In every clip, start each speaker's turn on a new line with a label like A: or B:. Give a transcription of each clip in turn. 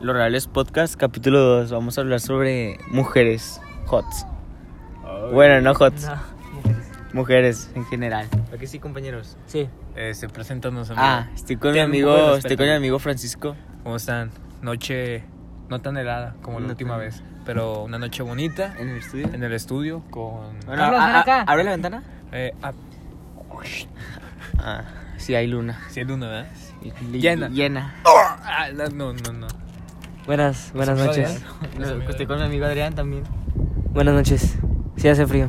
A: Los Reales Podcast, capítulo 2. Vamos a hablar sobre mujeres hots. Bueno, no hots, mujeres en general.
B: Aquí sí, compañeros.
C: Sí.
B: Este, preséntanos, amigo.
A: Ah, estoy con mi
B: Ten un
A: amigo,
B: poco de respeto.
A: estoy con mi amigo Francisco.
B: ¿Cómo están? Noche no tan helada como la
A: No
B: última
A: tan-
B: vez, pero una noche bonita
A: ¿En el estudio?
B: en el estudio con...
A: Bueno,
C: Carlos,
A: a-
C: ven
A: a-
C: acá.
A: ¿Abre la ventana?
B: Eh, ah,
A: Ah, sí, hay luna.
B: sí, el uno, ¿verdad?
A: Llena.
B: Llena.
A: Llena.
B: Ah, no, no, no, no.
C: Buenas, buenas
B: Eso
C: noches.
B: está
A: No,
B: bien.
A: estoy con mi amigo Adrián también.
C: Buenas noches. Sí hace frío.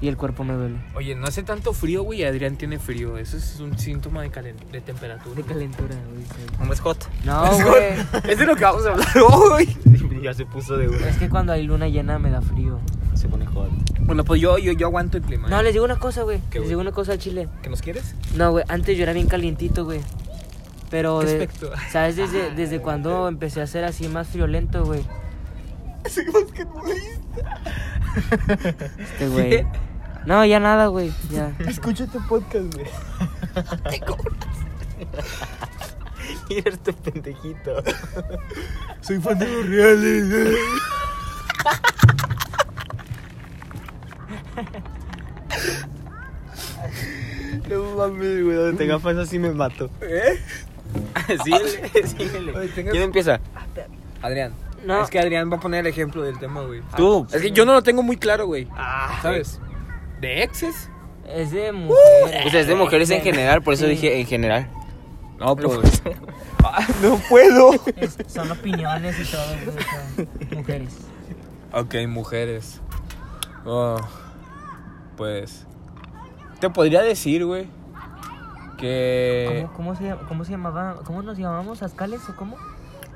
C: Y el cuerpo me duele.
B: Oye, no hace tanto frío, güey, y Adrián tiene frío. Eso es un síntoma de, calen- de temperatura. güey.
C: calentura, güey.
A: Hombre, es hot.
C: No, güey.
B: es de lo que vamos a hablar hoy.
A: ya se puso de una.
C: Es que cuando hay luna llena me da frío.
A: Se pone hot.
B: Bueno, pues yo, yo, yo aguanto el clima.
C: No,
B: ¿eh?
C: les digo una cosa, güey.
B: ¿Qué,
C: Les
B: güey?
C: digo una cosa al chile.
B: ¿Que nos quieres?
C: No, güey, antes yo era bien calientito, güey. Pero
B: ¿Qué
C: de-
B: aspecto?
C: ¿Sabes desde, desde cuando empecé a ser así más friolento, güey?
B: Soy basquetbolista.
C: Este güey. No, ya nada, güey. Ya.
B: Escucha tu podcast, güey.
A: Mira este pendejito.
B: Soy fan de los reales. eh.
A: No mames, güey. Donde tenga fans así me mato.
B: ¿Eh?
A: síguele, síguele.
B: Oye, tenga-
A: ¿Quién empieza?
B: Adrián.
C: No.
B: Es que Adrián va a poner el ejemplo del tema, güey. Ah,
A: Tú.
B: Es que yo no lo tengo muy claro, güey.
A: Ah,
B: ¿Sabes? ¿De exes?
C: Es de
B: Uh.
C: mujeres.
A: Pues es de mujeres en general, por eso
C: Sí.
A: dije en general.
B: No, pues. no puedo.
C: Es- son opiniones y todo, güey. son Mujeres.
B: ok, mujeres. Oh, pues. Te podría decir, güey. Que. Eh,
C: ¿Cómo, cómo se, llam- ¿Cómo se llamaba? ¿Cómo nos llamábamos? ¿Ascales o cómo?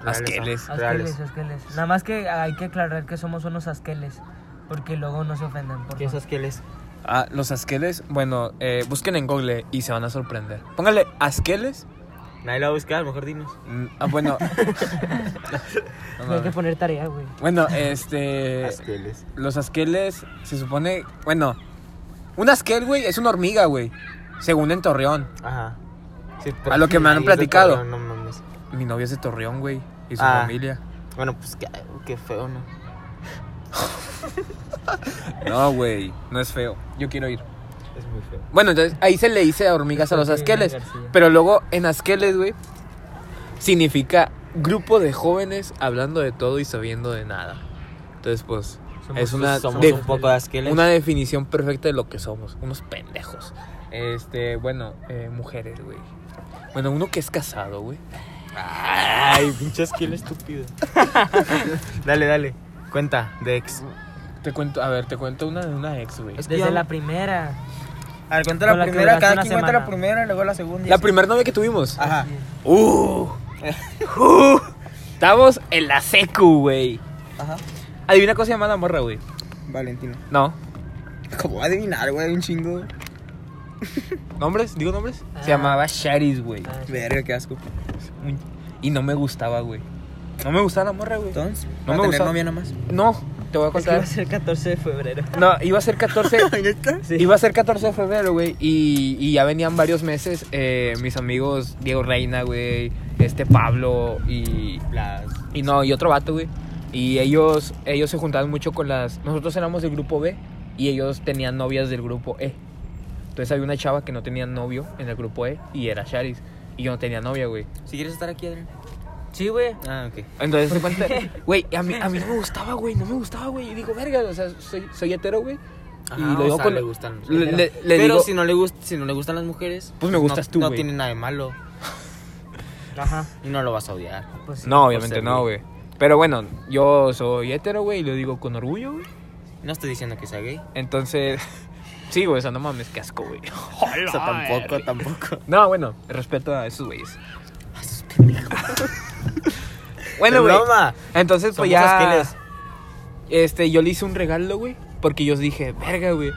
B: Asqueles.
C: Asqueles, asqueles. Nada más que hay que aclarar que somos unos asqueles. Porque luego no se ofendan. Por favor.
A: asqueles?
B: Ah, los asqueles. Bueno, eh, busquen en Google y se van a sorprender. Póngale asqueles.
A: Nadie lo va a buscar, mejor dinos.
B: Mm, Ah, bueno. No
C: Hay que
B: mames.
C: poner tarea, güey.
B: bueno, este.
A: Asqueles.
B: Los asqueles se supone. Bueno, un asquel, güey, es una hormiga, güey. Según en Torreón.
A: Ajá. Sí,
B: A lo que me han
A: nadie es de
B: platicado.
A: Torreón, No mames.
B: Mi novia es de Torreón, güey. Y su
A: Ah.
B: familia.
A: Bueno, pues qué, qué feo, ¿no?
B: No, güey, no es feo. Yo quiero ir.
A: Es muy feo.
B: Bueno, entonces ahí se le dice a hormigas a los asqueles. Pero luego en asqueles, güey, significa grupo de jóvenes hablando de todo y sabiendo de nada. Entonces, pues, es una,
A: Somos
B: de-
A: un poco de asqueles.
B: una definición perfecta de lo que somos. Unos pendejos. Este, bueno, eh, mujeres, güey. Bueno, uno que es casado, güey.
A: Ay, pinche asquel estúpido. dale, dale. Cuenta, de ex.
B: Te cuento, a ver, te cuento una de una ex, güey.
A: Es-
C: Desde
A: Ya.
C: la primera.
A: A ver, cuenta
C: la Con la que primera, duraste cada una quien cuenta semana. la
A: primera y luego la segunda.
B: La primera novia que tuvimos.
A: Ajá.
B: Uh, uh, estamos en la secu, güey.
A: Ajá.
B: Adivina cómo se llama la morra, güey.
A: Valentina.
B: No.
A: ¿Cómo va a adivinar, güey? Un chingo.
B: ¿Nombres? ¿Digo nombres?
C: Ah.
B: Se llamaba Charis, güey.
C: Ah,
A: Verga, qué asco.
B: Un- Y no me gustaba, güey. No me gustaba la morra, güey.
A: Entonces,
B: No me gusta.
A: nomás.
B: No, te voy a contar.
A: ser 14 de febrero.
B: No, iba a ser 14.
A: ¿Neta?
B: Iba a ser 14 de febrero, güey. Y, y ya venían varios meses eh, mis amigos Diego Reina, güey. Este Pablo y,
A: Las...
B: y no, y otro vato, güey. Y ellos, ellos se juntaban mucho con las. Nosotros éramos del grupo B y ellos tenían novias del grupo E. Entonces había una chava que no tenía novio en el grupo E y era Charis. Y yo no tenía novia, güey.
A: Si quieres estar aquí, Adrián.
C: Sí, güey.
A: Ah, ok.
B: Entonces se cuenta. Güey, a mí, a mí no me gustaba, güey. No me gustaba, güey. Y digo, verga, o sea, soy, soy hetero, güey.
A: Ajá,
B: Y lo digo
A: o sea,
B: con.
A: le gustan.
B: le-
A: Pero-
B: le- le
A: pero
B: digo-
A: si no le gust- si no le gustan las mujeres,
B: Pues me gustas
A: no,
B: tú,
A: No
B: güey.
A: tiene nada de malo
C: Ajá.
A: y no lo vas a odiar.
C: Pues sí.
B: No, obviamente
A: ser
B: no, güey. Pero bueno, yo soy hetero, güey, y lo digo con orgullo, güey.
A: No estoy diciendo que sea gay.
B: Entonces. Sí, güey, o sea, no mames, qué asco, güey.
A: O sea,
D: eh.
A: tampoco, tampoco.
B: No, bueno, respeto a esos güeyes. bueno,
A: Es
B: güey.
A: broma.
B: Entonces,
A: Somos
B: pues ya.
A: asqueles.
B: Este, yo le hice un regalo, güey. Porque yo dije, verga, güey.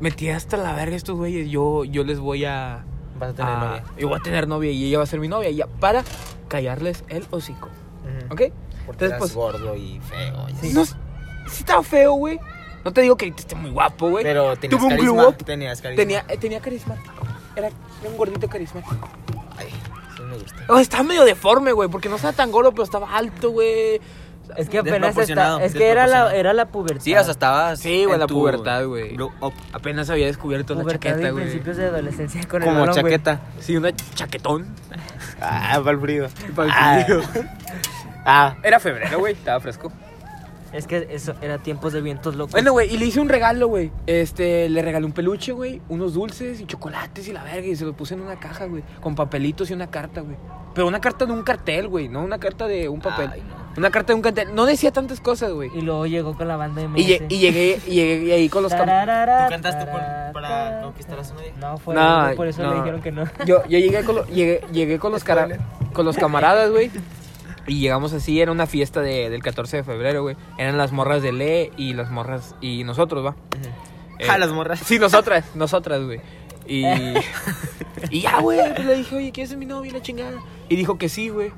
B: Metí hasta la verga estos güeyes. Yo, yo les voy a.
A: Vas a tener
B: a-
A: novia.
B: Yo voy a tener novia y ella va a ser mi novia. Ya, para callarles el hocico. ¿Ok?
A: Porque
B: Entonces,
A: eras
B: pues.
A: gordo y feo. y así.
B: No, sí estaba feo, güey. No te digo que esté muy guapo, güey.
A: Pero tenías
B: Tuve un
A: carisma.
B: glow up.
A: Tenías carisma.
B: Tenía, eh, tenía carisma. Era, era un gordito carismático.
A: Ay, sí me
D: gusta.
B: Oh, está medio deforme, güey, porque no estaba tan gordo, pero estaba alto, güey.
C: Es que apenas
D: Desproporcionado,
C: está, es que era la,
D: desproporcionado.
C: era la pubertad.
D: Sí, o sea, estabas.
B: Sí, güey,
D: en
B: la
D: tu
B: pubertad, güey.
D: grow up.
B: Apenas había descubierto una
C: pubertad
B: chaqueta,
C: y
B: güey.
C: principios de adolescencia con el
D: Como
C: balón, güey.
D: chaqueta.
B: Sí, una chaquetón.
D: Ah, para el frío.
B: Para el frío.
D: Ah.
B: Era febrero, güey, estaba fresco.
C: Es que eso era tiempos de vientos locos.
B: Bueno, güey, y le hice un regalo, güey. Este, le regalé un peluche, güey, unos dulces y chocolates y la verga, y se lo puse en una caja, güey, con papelitos y una carta, güey. Pero una carta de un cartel, güey, no una carta de un papel.
D: Ay, no.
B: Una carta de un cartel. No decía tantas cosas, güey.
C: y luego llegó con la banda de
B: Y, lle- y llegué, y llegué ahí con los cam-
D: ¿Tú cantaste por- para conquistar a su novia?
C: No, fue
B: No,
C: no, por eso
B: no.
C: le dijeron que no.
B: Yo, yo llegué con, lo- llegué, llegué con, los cara- con los camaradas, güey. Y llegamos así, era una fiesta de- del 14 de febrero, güey. Eran las morras de Le y las morras. Y nosotros, va. Eh,
D: Ah, las morras.
B: Sí, nosotras, nosotras, güey. Y, y ya, güey. pues Le dije, oye, ¿quieres ser mi novia? y La chingada. Y dijo que sí, güey.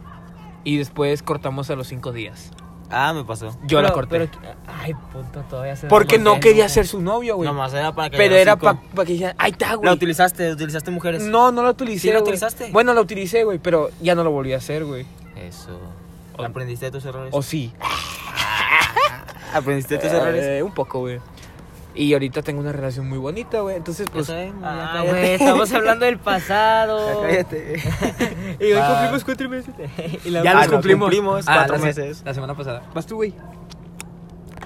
B: Y después cortamos a los cinco días.
D: Ah, me pasó.
B: Yo
C: Pero-
B: la corté.
C: pero- ay, puto, todavía se
B: porque
C: desbloquea,
B: no quería ser su novio, güey.
D: Nomás era para que.
B: pero
D: los
B: era
D: cinco-
B: para que dijera, ay, está, güey.
D: La utilizaste, utilizaste mujeres.
B: No, no la utilicé.
D: ¿Sí la
B: güey.
D: utilizaste?
B: Bueno, la utilicé, güey, pero ya no lo volví a hacer, güey.
D: Eso.
B: O-
D: ¿Aprendiste de tus errores?
B: O sí.
D: ¿Aprendiste de tus errores?
B: Eh, un poco, güey. Y ahorita tengo una relación muy bonita, güey. Entonces, pues.
D: Ya sabemos, ya
C: Ah,
D: cállate.
C: güey, estamos hablando del
D: Ya
C: pasado.
D: cállate.
B: Y hoy
D: Ah.
B: cumplimos cuatro meses.
C: Y la-
D: Ya los cumplimos. Ah,
B: la
D: la se-
B: La semana pasada. Vas tú, güey.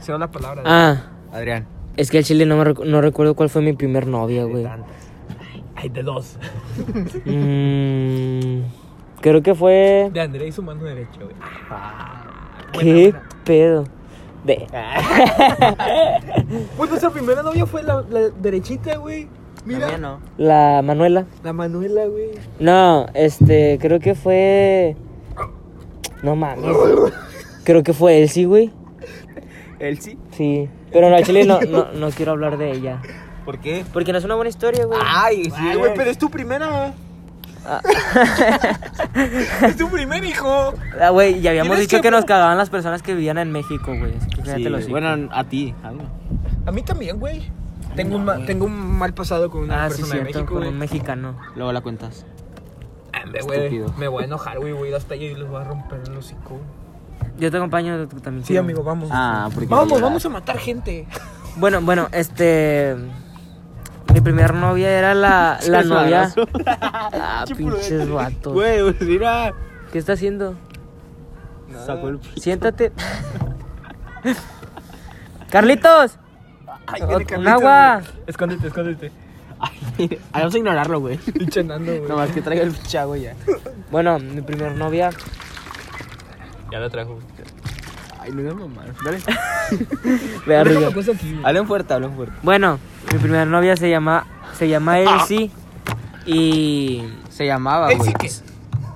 B: Se va la palabra.
C: Ah,
D: Adrián.
C: es que el chile no, me recu- no recuerdo cuál fue mi primer novia, güey.
B: Ay, de dos.
C: Mm, creo que fue...
B: De André y su mano derecha, güey. Ah.
C: ¿Qué pedo? Ve.
B: Güey, nuestra primera novia fue la, la derechita, güey.
D: La mía
B: Mira.
D: no.
C: La Manuela.
B: La Manuela, güey.
C: No, este, creo que fue... No mames. Creo que fue Elsie, güey.
D: Él sí.
C: Sí. Pero no, al chile no, no, no quiero hablar de ella.
D: ¿Por qué?
C: Porque no es una buena historia, güey.
B: Ay,
D: Sí, güey, pero es tu primera.
C: Ah.
B: es tu primer hijo.
C: Ah, güey, ya habíamos
B: Tienes
C: dicho
B: que-
C: que, nos cagaban las personas que vivían en México, güey. Así que cállate los hijos.
D: bueno, a ti, algo.
B: A mí también, güey. Tengo, un ma- tengo un mal pasado con una
C: ah, sí,
B: persona de
C: cierto,
B: México,
C: con
B: güey.
C: un mexicano.
D: Luego la cuentas.
B: Ande, güey.
D: Estúpido.
B: Me voy a enojar, güey. Voy a ir hasta allá y les voy a romper el hocico.
C: Yo te acompaño tú también.
B: Sí,
C: quiero.
B: amigo, vamos.
D: Ah, porque.
B: Vamos, vamos a matar gente.
C: Bueno, bueno, este. Mi primera novia era la, la
D: Es
C: novia.
D: madrazo.
C: Ah, pinches vatos.
D: Güey, pues mira.
C: ¿Qué está haciendo?
D: Sacó el p-
C: Siéntate. Carlitos,
B: Ay,
C: Ot- un agua.
B: Escóndete, escóndete.
D: Ay, mira. Ay, Ah, vamos a ignorarlo, güey.
B: Estoy chanando, güey.
D: Nomás que traiga el chago ya.
C: Bueno, mi primera novia.
B: Ya la trajo.
D: Ay, no es mamá. Dale.
C: Ve arriba.
D: Hablen fuerte, hablen fuerte.
C: Bueno, mi primera novia se llama. Se llama Elsie. Y.
D: Se llamaba,
B: Él sí
D: güey.
B: que.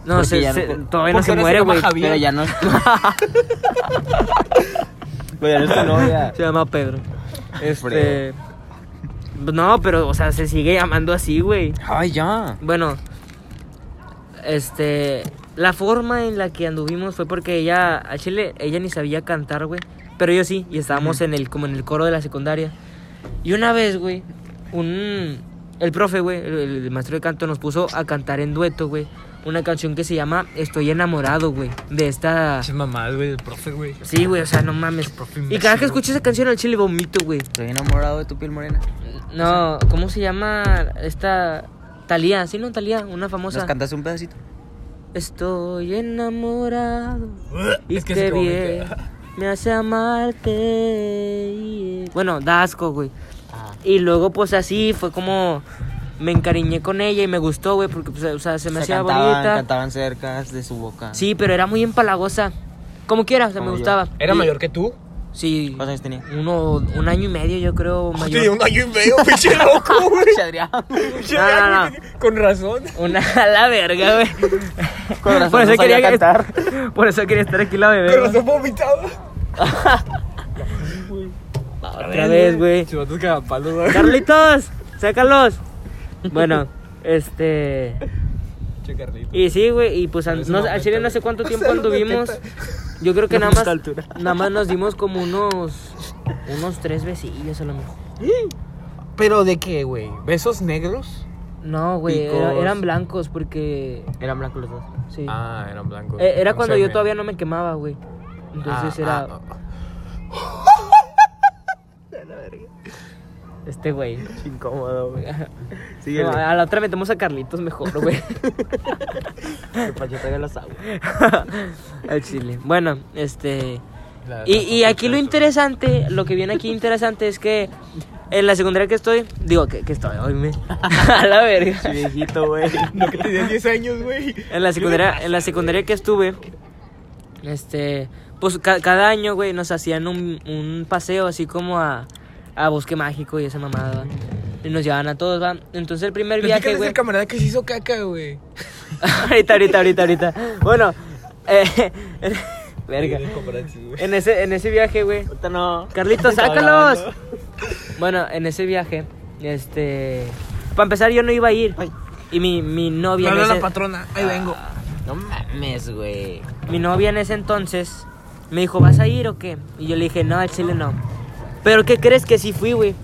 C: No,
D: Porque
C: se,
D: ya no
C: se-
D: con-
C: todavía no
B: porque
C: se
B: ahora se
C: muere,
B: llama
C: güey.
B: Javier.
D: Pero ya no es tu. Güey, ya no es tu novia.
C: Se llama Pedro.
D: Fredo.
C: Este. No, pero, o sea, se sigue llamando así, güey.
D: Ay, ya.
C: Bueno, este. La forma en la que anduvimos fue porque ella, a Chile, ella ni sabía cantar, güey. Pero yo sí, y estábamos en el, como en el coro de la secundaria. Y una vez, güey, un. El profe, güey, el, el maestro de canto nos puso a cantar en dueto, güey. Una canción que se llama Estoy enamorado, güey. De esta.
B: Pinches mamadas, güey, el profe, güey.
C: Sí, güey, o sea, no mames.
B: profe
C: Y cada vez
B: imbécil,
C: que escucho esa canción, al chile vomito, güey.
D: Estoy enamorado de tu piel morena.
C: No, ¿cómo se llama esta Talía? Sí, no, Talía, una famosa.
D: ¿Nos cantaste un pedacito?
C: Estoy enamorado y
B: Es que
C: qué
B: sí, como
C: bien me hace amarte. y- eh, Bueno, da asco, güey.
D: Ah.
C: Y luego, pues así fue como me encariñé con ella y me gustó, güey, porque pues, o sea, se me
D: O sea,
C: hacía
D: cantaban,
C: bonita.
D: Cantaban cerca de su boca.
C: Sí, pero era muy empalagosa. Como quiera, o sea, me
D: Como yo.
C: gustaba.
B: ¿Era
C: Y-
B: mayor que tú?
C: Sí.
D: ¿Cuántos años tenía?
C: Uno, un año y medio, yo creo. Mayor.
B: Tenía un año y medio, pinche loco, güey.
D: Adrián.
B: Pinche
C: No, no,
B: Adrián, güey, Con razón.
C: Una a la verga, güey.
D: Con razón no sabía
C: que-
D: cantar.
C: Por eso quería estar aquí la bebé.
B: Con
C: güey.
B: razón vomitaba.
C: Otra vez, güey.
B: Chivatos cagapalos, güey.
C: Carlitos, sácalos. Bueno, este.
B: Che, Carlito.
C: Y sí, güey. Y pues an-
B: Parece
C: no-
B: una
C: al chile
B: teta,
C: no sé
B: güey.
C: cuánto
B: O
C: tiempo
B: sea, una
C: anduvimos.
B: teta.
C: Yo creo que
D: No,
C: nada
D: esta
C: más.
D: altura.
C: Nada más nos dimos como unos. Unos tres besillos a lo mejor.
B: ¿Pero de qué, güey? ¿Besos negros?
C: No, güey. era-
D: Picos.
C: eran blancos porque.
D: Eran blancos los dos.
C: Sí.
B: Ah, eran blancos.
C: Eh, era
B: No
C: cuando
B: sé,
C: yo
B: me-
C: todavía no me quemaba, güey. Entonces
B: Ah,
C: era.
B: ah, ah. ah.
C: Este güey.
D: Incómodo, güey.
C: No,
D: Síguele.
C: a la otra metemos a Carlitos mejor, güey.
D: para que traiga las aguas.
C: Al chile. Bueno, este.
B: La-
C: Y,
B: la-
C: y aquí lo interesante, lo que viene aquí interesante es que en la secundaria que estoy, digo que, que estoy, hoy me. A la verga.
D: Sí, viejito, güey.
B: No, que tenía 10 años, güey.
C: En la secundaria, en la secundaria que estuve, este, pues ca- cada año, güey, nos hacían un, un paseo así como a, a Bosque Mágico y esa mamada. Y nos llevaban a todos, va. Entonces el primer viaje,
B: Platícales
C: güey.
B: el camarada que se hizo caca, güey.
C: ahorita, ahorita, ahorita, ahorita. Bueno, eh, verga. En ese, en ese viaje, güey.
D: Ahorita no.
C: Carlitos,
D: Está
C: sácalos.
D: grabando.
C: Bueno, en ese viaje, este. Para empezar, yo no iba a ir. Y mi, mi novia.
B: Me
C: en
B: habló la
C: ese-
B: patrona. Ahí vengo.
D: No mames, güey.
C: mi novia en ese entonces me dijo, ¿vas a ir o qué? Y yo le dije, no, al chile no. Pero ¿qué crees que sí fui, güey?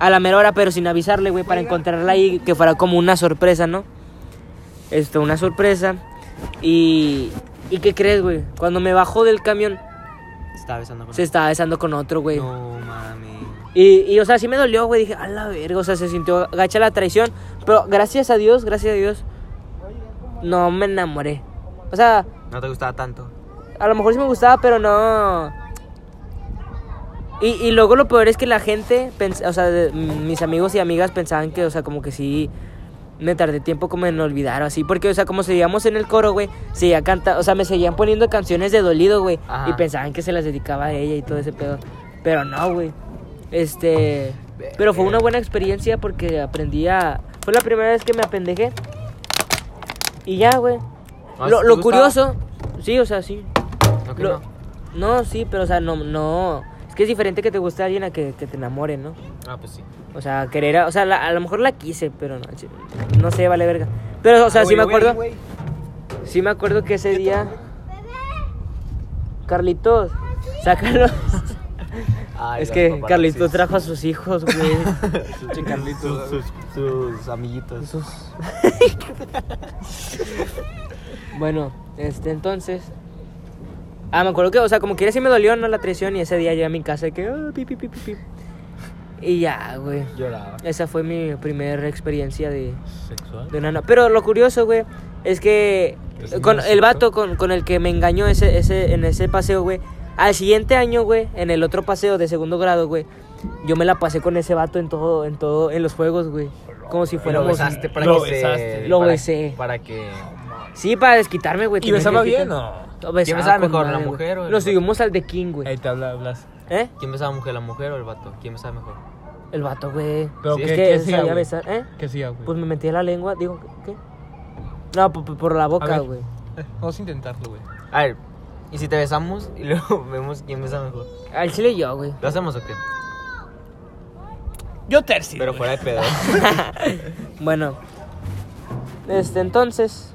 C: A la mera hora, pero sin avisarle, güey, para encontrarla ahí, que fuera como una sorpresa, ¿no? Esto, una sorpresa. Y... ¿Y qué crees, güey? Cuando me bajó del camión,
D: Estaba besando con
C: se estaba besando con otro, güey.
D: No mames.
C: Y, y, o sea, sí me dolió, güey. Dije, a la verga, o sea, se sintió gacha la traición. Pero gracias a Dios, gracias a Dios, no me enamoré. O sea,
D: No te gustaba tanto.
C: a lo mejor sí me gustaba, pero no. Y, y luego lo peor es que la gente, pens- o sea, de- m- mis amigos y amigas pensaban que, o sea, como que sí me tardé tiempo como en olvidar o así, porque, o sea, como seguíamos en el coro, güey, seguía canta, o sea, me seguían poniendo canciones de dolido, güey,
D: Ajá.
C: y pensaban que se las dedicaba a ella y todo ese pedo, pero no, güey. Este, pero fue una buena experiencia porque aprendí a, fue la primera vez que me apendejé. Y ya, güey.
D: Ah, ¿sí
C: Lo,
D: te
C: lo
D: gustaba?
C: curioso, sí, o sea, sí.
D: No, que
C: Lo-
D: no.
C: no, sí, pero o sea, no, no. Es que es diferente que te guste a alguien a que, que te enamore, ¿no?
D: Ah, pues sí.
C: O sea, querer, a, o sea, la- a lo mejor la quise, pero no, ch- no sé, vale verga. Pero, o sea,
D: Ah,
C: sí
D: güey,
C: me
D: güey,
C: acuerdo,
D: güey.
C: sí me acuerdo que ese día, Carlitos, sácalos.
D: Ay,
C: es
D: los
C: que
D: paparazzis.
C: Carlitos trajo a sus hijos, güey.
D: Sus- Sus, sus- sus amiguitos.
C: Bueno, este, entonces. Ah, me acuerdo que, o sea, como quiera sí me dolió, ¿no? La traición y ese día llegué a mi casa y que. ah, pi, pi, pi, pi, pi. Y ya, güey.
D: Lloraba.
C: Esa fue mi primera experiencia de,
B: ¿Sexual?
C: de una no- Pero lo curioso, güey, es que
B: Es
C: eh, con
B: una
C: el vato
B: cita.
C: con, con el que me engañó ese, ese, en ese paseo, güey, al siguiente año, güey, en el otro paseo de segundo grado, güey, yo me la pasé con ese vato en todo, en todo, en los juegos, güey. Como si
D: Pero
C: fuéramos...
D: besaste para
B: Lo
D: que
B: besaste.
D: se...
C: Lo
D: para-
C: besé.
D: Para que...
C: Sí, para desquitarme, güey.
B: ¿Y
C: tenía
B: besaba
C: que
B: bien
C: quitar-
B: o...?
C: No, besaba
D: ¿Quién besaba
C: con
D: mejor, la
C: güey.
D: mujer o el
C: Nos
D: vato?
C: subimos al de King, güey.
B: Ahí te habla- hablas.
C: ¿Eh?
D: ¿Quién besaba mujer, la mujer o el vato? ¿Quién besaba mejor?
C: El vato, güey.
B: Pero
D: Sí,
B: ¿qué,
C: Es
B: qué
C: que
B: hacía,
C: sabía
B: güey?
C: besar, ¿eh?
B: ¿Qué hacía, güey?
C: Pues me metí a la lengua, digo, ¿qué? No, por, por- por la boca,
B: ver. eh,
C: güey.
B: Vamos a intentarlo, güey.
D: A ver, ¿y si te besamos y luego vemos quién besa mejor?
C: Al chile yo, güey.
D: ¿Lo hacemos o qué?
B: Yo tercio.
D: Pero fuera de pedo.
C: Bueno, este entonces.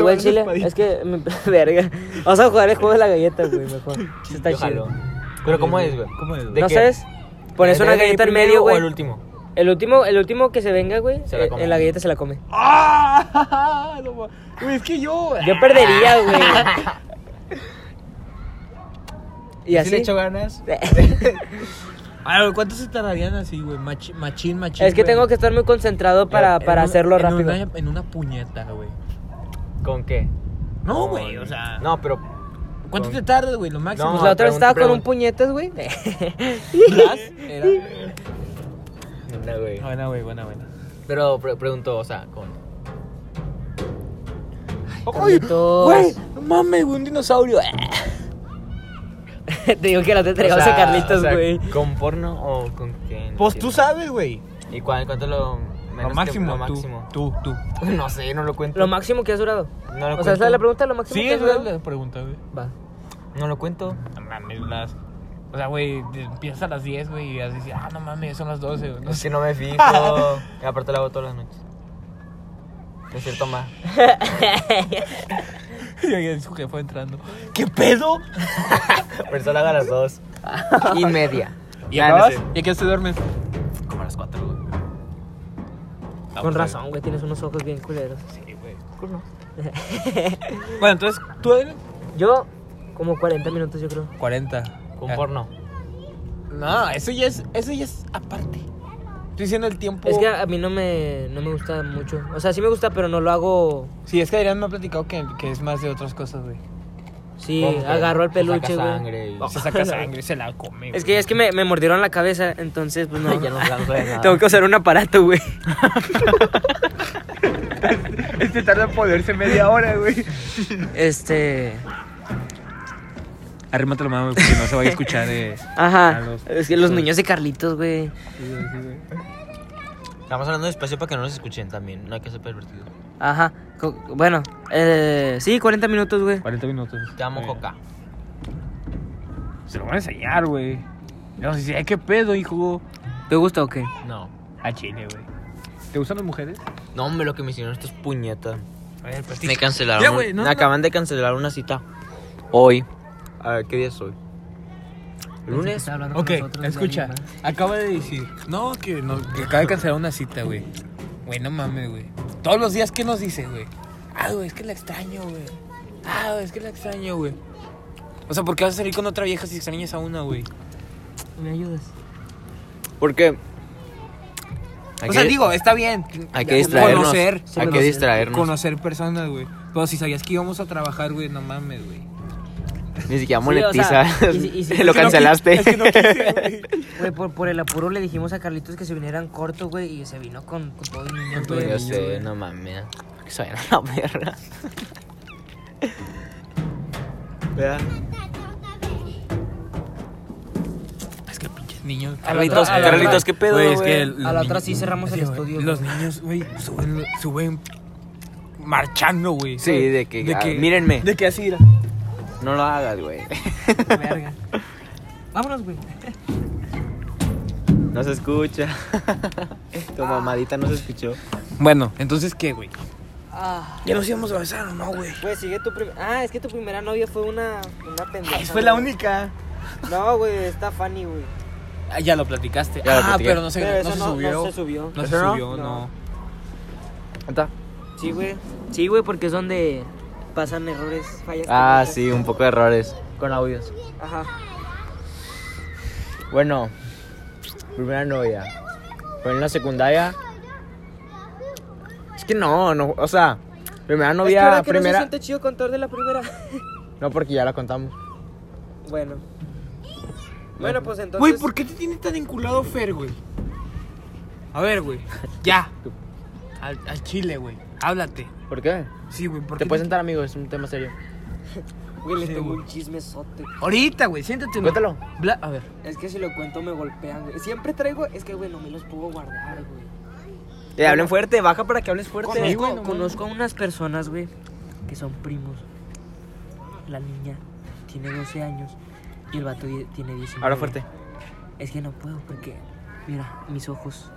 B: Vamos a
C: güey,
B: jugar
C: chile.
B: espadita.
C: Es que, me- verga. Vamos a jugar el juego de la galleta, güey, mejor. Eso Está
D: Yo jalo.
C: chido.
D: Pero ¿cómo es, güey?
B: ¿Cómo es, güey?
D: ¿De
C: ¿No
D: qué?
C: sabes? Pones
D: ¿De-
C: una
D: de- de
C: galleta en
D: primero
C: medio,
D: o
C: güey.
D: el último?
C: El último, el último que se venga, güey,
D: Se la
C: eh,
D: come.
C: en la galleta se la come.
B: ¡Ah! No, ma- güey, es que yo... eh,
C: Yo perdería, güey. Y
B: ¿Sí le
C: así.
B: echo ganas? A ver, ¿cuánto se tardarían así, güey? Machi- Machín, machín,
C: Es que
B: güey.
C: tengo que estar muy concentrado para,
B: En
C: para
B: un-
C: hacerlo
B: en
C: rápido.
B: una- en una puñeta, güey.
D: ¿Con qué?
B: No,
D: Con-
B: güey, o sea...
D: No, pero...
B: ¿Cuánto
D: con-
B: te tardas, güey? Lo máximo.
C: Pues
D: No,
C: la otra vez
D: pregunta,
C: estaba con un
D: pregunta.
C: puñetas, güey.
B: Blas era- Ah,
D: No, güey.
B: Buena, güey, buena, buena.
D: Pero pre- pregunto, o sea, con...
C: Carlitos.
B: Güey, no mames, güey, un dinosaurio.
C: Te digo que la te entregamos
D: o sea,
C: a Carlitos,
D: o sea,
C: güey.
D: ¿Con porno o con qué? No
B: Pues tú
D: entiendo.
B: sabes, güey.
D: ¿Y cuál- cuánto es lo menos
B: Lo
D: que-
B: máximo,
D: lo
B: tú,
D: máximo?
B: tú, tú.
D: No sé, no lo cuento.
C: Lo máximo que has durado.
D: No lo
C: O sea, esa
D: cuento.
C: es la pregunta, lo máximo
B: Sí,
C: que has
B: esa
C: durado.
B: es la pregunta, güey.
C: Va.
D: No lo cuento.
B: No mames, las... O sea, güey, te- empiezas a las 10, güey, y así, ah, no mames, son las 12, güey. No
D: Es
B: sé.
D: que no me fijo. Y aparte lo hago todas las noches. Es cierto, ma.
B: Y ahí su jefe fue entrando. ¿Qué pedo?
D: Por eso lo hago a las dos y media.
B: ¿Y
D: Ya, no
B: acabas?
D: sé.
B: ¿Y aquí te duermes?
D: Como a las cuatro, güey.
C: Con razón, güey, tienes unos ojos bien culeros.
B: Sí, güey. Bueno, entonces, tú eres
C: Yo, como 40 minutos, yo creo.
B: 40.
A: Con
B: Ah,
A: porno.
B: No, eso ya es, eso ya es aparte. Estoy diciendo el tiempo.
C: Es que a mí no me, no me gusta mucho. O sea, sí me gusta, pero no lo hago.
B: Sí, es que Adrián me ha platicado que, que es más de otras cosas, güey.
C: Sí,
A: ¿Cómo que?
C: agarro al
A: Se
C: peluche,
A: saca
C: güey.
A: sangre y-
B: Se saca sangre, se la come.
C: Es que es que me, me mordieron la cabeza, entonces, pues no.
A: Ya no se lanza de nada.
C: Tengo que usar un aparato, güey.
B: este tarda en poderse media hora, güey.
C: Este.
B: Arrímate la mano, porque no se vaya a escuchar. Eh. A
C: Ajá.
B: los-
C: Es que los niños de Carlitos, güey.
A: Estamos hablando despacio para que no nos escuchen también. No hay que ser pervertido.
C: Ajá. Co- Bueno, eh, sí, 40 minutos, güey.
B: 40 minutos.
A: Te amo,
B: Muy bien.
A: Joca.
B: Se lo voy a enseñar, güey. No sé si, ay, qué pedo, hijo.
C: ¿Te gusta o qué?
A: No.
B: A Ah, Chile, güey. ¿Te gustan las mujeres?
A: No, hombre, lo que me hicieron estos puñetas.
B: A ver,
A: Me cancelaron.
B: Ya, güey, no,
A: me
B: no.
A: acaban de cancelar una cita. Hoy. A ver, ¿qué día es hoy? ¿El lunes?
B: Ok, escucha. Acaba de decir. No, que, no, que acaba de cancelar una cita, güey. Güey, no mames, güey. Todos los días, ¿qué nos dice, güey? Ah, güey, es que la extraño, güey. Ah, güey, es que la extraño, güey. O sea, ¿por qué vas a salir con otra vieja si extrañas a una, güey?
C: ¿Me ayudas?
A: Porque.
B: O sea, digo, está bien.
A: Hay que distraernos.
B: Conocer.
A: hay que distraernos.
B: Conocer personas, güey. Pero si sabías que íbamos a trabajar, güey, no mames, güey.
A: Ni siquiera
C: Sí,
A: monetiza.
C: o sea, y si- y
A: Lo
C: si- es que no
A: cancelaste.
B: Es que no quise, güey.
C: Güey, por, por el apuro le dijimos a Carlitos que se vinieran corto, güey, y se vino con, con todo el niño,
B: todo
C: güey.
A: Pues Yo sé, no mames. Que se vayan a la verga. Vea.
B: Es que pinches niños.
C: Carlitos, A la- Carlitos,
A: ¿qué pedo,
B: Güey, es
A: güey?
B: que el-
C: A la
B: los
C: otra
B: niños-
C: sí cerramos el
B: Sí, güey,
C: estudio.
B: Los niños, güey, suben, suben marchando, güey.
A: Sí, de que, ah, mírenme.
B: De que así era.
A: No lo hagas, güey.
C: Verga. Vámonos, güey.
D: No se escucha. tu mamadita no se escuchó.
B: Bueno, entonces, ¿qué, güey?
C: Ah,
B: ¿Ya nos íbamos a besar o no, güey?
C: güey, sigue tu primera. Ah, es que tu primera novia fue una, una pendeja.
B: Fue la
C: güey.
B: única.
C: No, güey, está Fanny, güey.
B: Ah, ya lo platicaste.
A: Ya lo
B: ah,
A: platiqué.
B: pero no se,
C: Pero
B: no
C: eso
B: se
C: no,
B: subió.
C: no se subió.
B: No se
A: ¿Eso no?
B: subió, no.
C: No.
A: ¿Está?
C: Sí, güey. Sí, güey, porque es donde pasan errores, fallas.
D: Ah,
C: técnicas.
D: sí, un poco de errores. Con audios.
C: Ajá.
D: Bueno, primera novia. Fue en la secundaria. Es que no, no, o sea, primera
C: es que
D: novia,
C: ahora que
D: primera.
C: no se siente chido contar de la primera.
D: No, porque ya la contamos.
C: bueno. Bueno, pues entonces.
B: Güey, ¿por qué te tiene tan enculado Fer, güey? A ver, güey. Ya. Al, al chile, güey. Háblate.
D: ¿Por qué?
B: Sí, güey. ¿por
D: Te
B: qué
D: puedes sentar, amigo, es un tema serio.
C: Güey, les
B: Sí,
C: tengo
B: güey.
C: un chisme sote.
B: Ahorita, güey. Siéntate. güey.
D: Cuéntalo.
B: Bla- A ver.
C: Es que si lo cuento me golpean, güey. Siempre traigo. Es que, güey, no me los puedo guardar, güey.
D: Te hablen fuerte, baja para que hables fuerte.
B: Sí,
C: Conozco,
B: güey, no
C: conozco a unas personas, güey, que son primos. La niña tiene 12 años y el vato die- tiene 19.
D: Habla fuerte.
C: Es que no puedo porque, mira, mis ojos.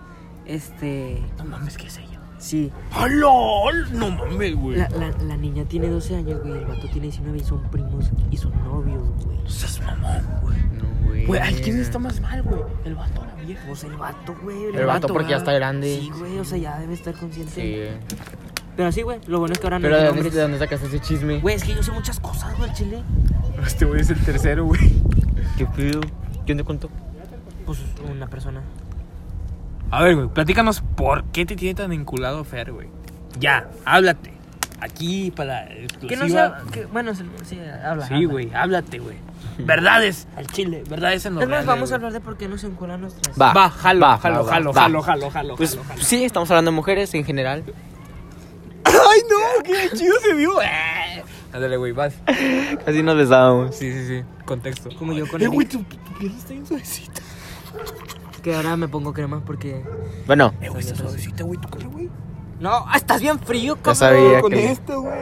C: Este.
B: No mames, ¿qué es ella?
C: Sí,
B: ¡Hola! No mames, güey.
C: la, la, la niña tiene 12 años, güey, el vato tiene 19 y son primos y son novios, güey.
B: No seas mamón, güey.
D: No, güey.
B: Güey, ¿al quién está más mal, güey? ¿El vato o la vieja?
C: Pues el vato, güey.
D: El vato porque ya
B: ¿verdad?
D: está grande.
C: Sí, güey, o sea, ya debe estar consciente.
D: Sí.
C: Pero sí, güey, lo bueno es que ahora no
D: Pero
C: hay
D: ¿de dónde,
C: nombres.
D: de dónde sacaste ese chisme?
C: Güey, es que yo sé muchas cosas, güey, al chile.
B: Este güey es el tercero, güey.
D: ¿Qué pedo? ¿Quién te contó?
C: Pues una persona.
B: A ver, güey, platícanos por qué te tiene tan enculado Fer, güey. Ya, háblate. Aquí para la
C: Que no
B: exclusiva.
C: sea. Que, bueno, sí, sí, habla.
B: Sí,
C: habla.
B: güey, háblate, güey. Verdades al chile, verdades en los
C: Es más, vamos a hablar de por qué nos encuelan nuestras.
D: Va.
B: Va, jalo,
D: Va,
B: jalo,
D: va,
B: jalo,
D: va.
B: jalo, jalo, jalo,
D: Pues
B: jalo, jalo.
D: sí, estamos hablando de mujeres en general.
B: ¡Ay, no! ¡Qué chido se vio! Eh. Ándale, güey, vas.
D: Casi nos besábamos.
B: Sí, sí, sí. Contexto.
C: Como yo con
B: Eh,
C: el-
B: güey, tu tu piel está bien suavecita.
C: Que ahora me pongo crema porque.
D: Bueno,
B: Eh, güey, está suavecita, güey, tócala, güey.
C: No, ah, estás bien frío,
D: ya
C: cabrón.
D: sabía
B: Con
D: que...
B: esto, güey.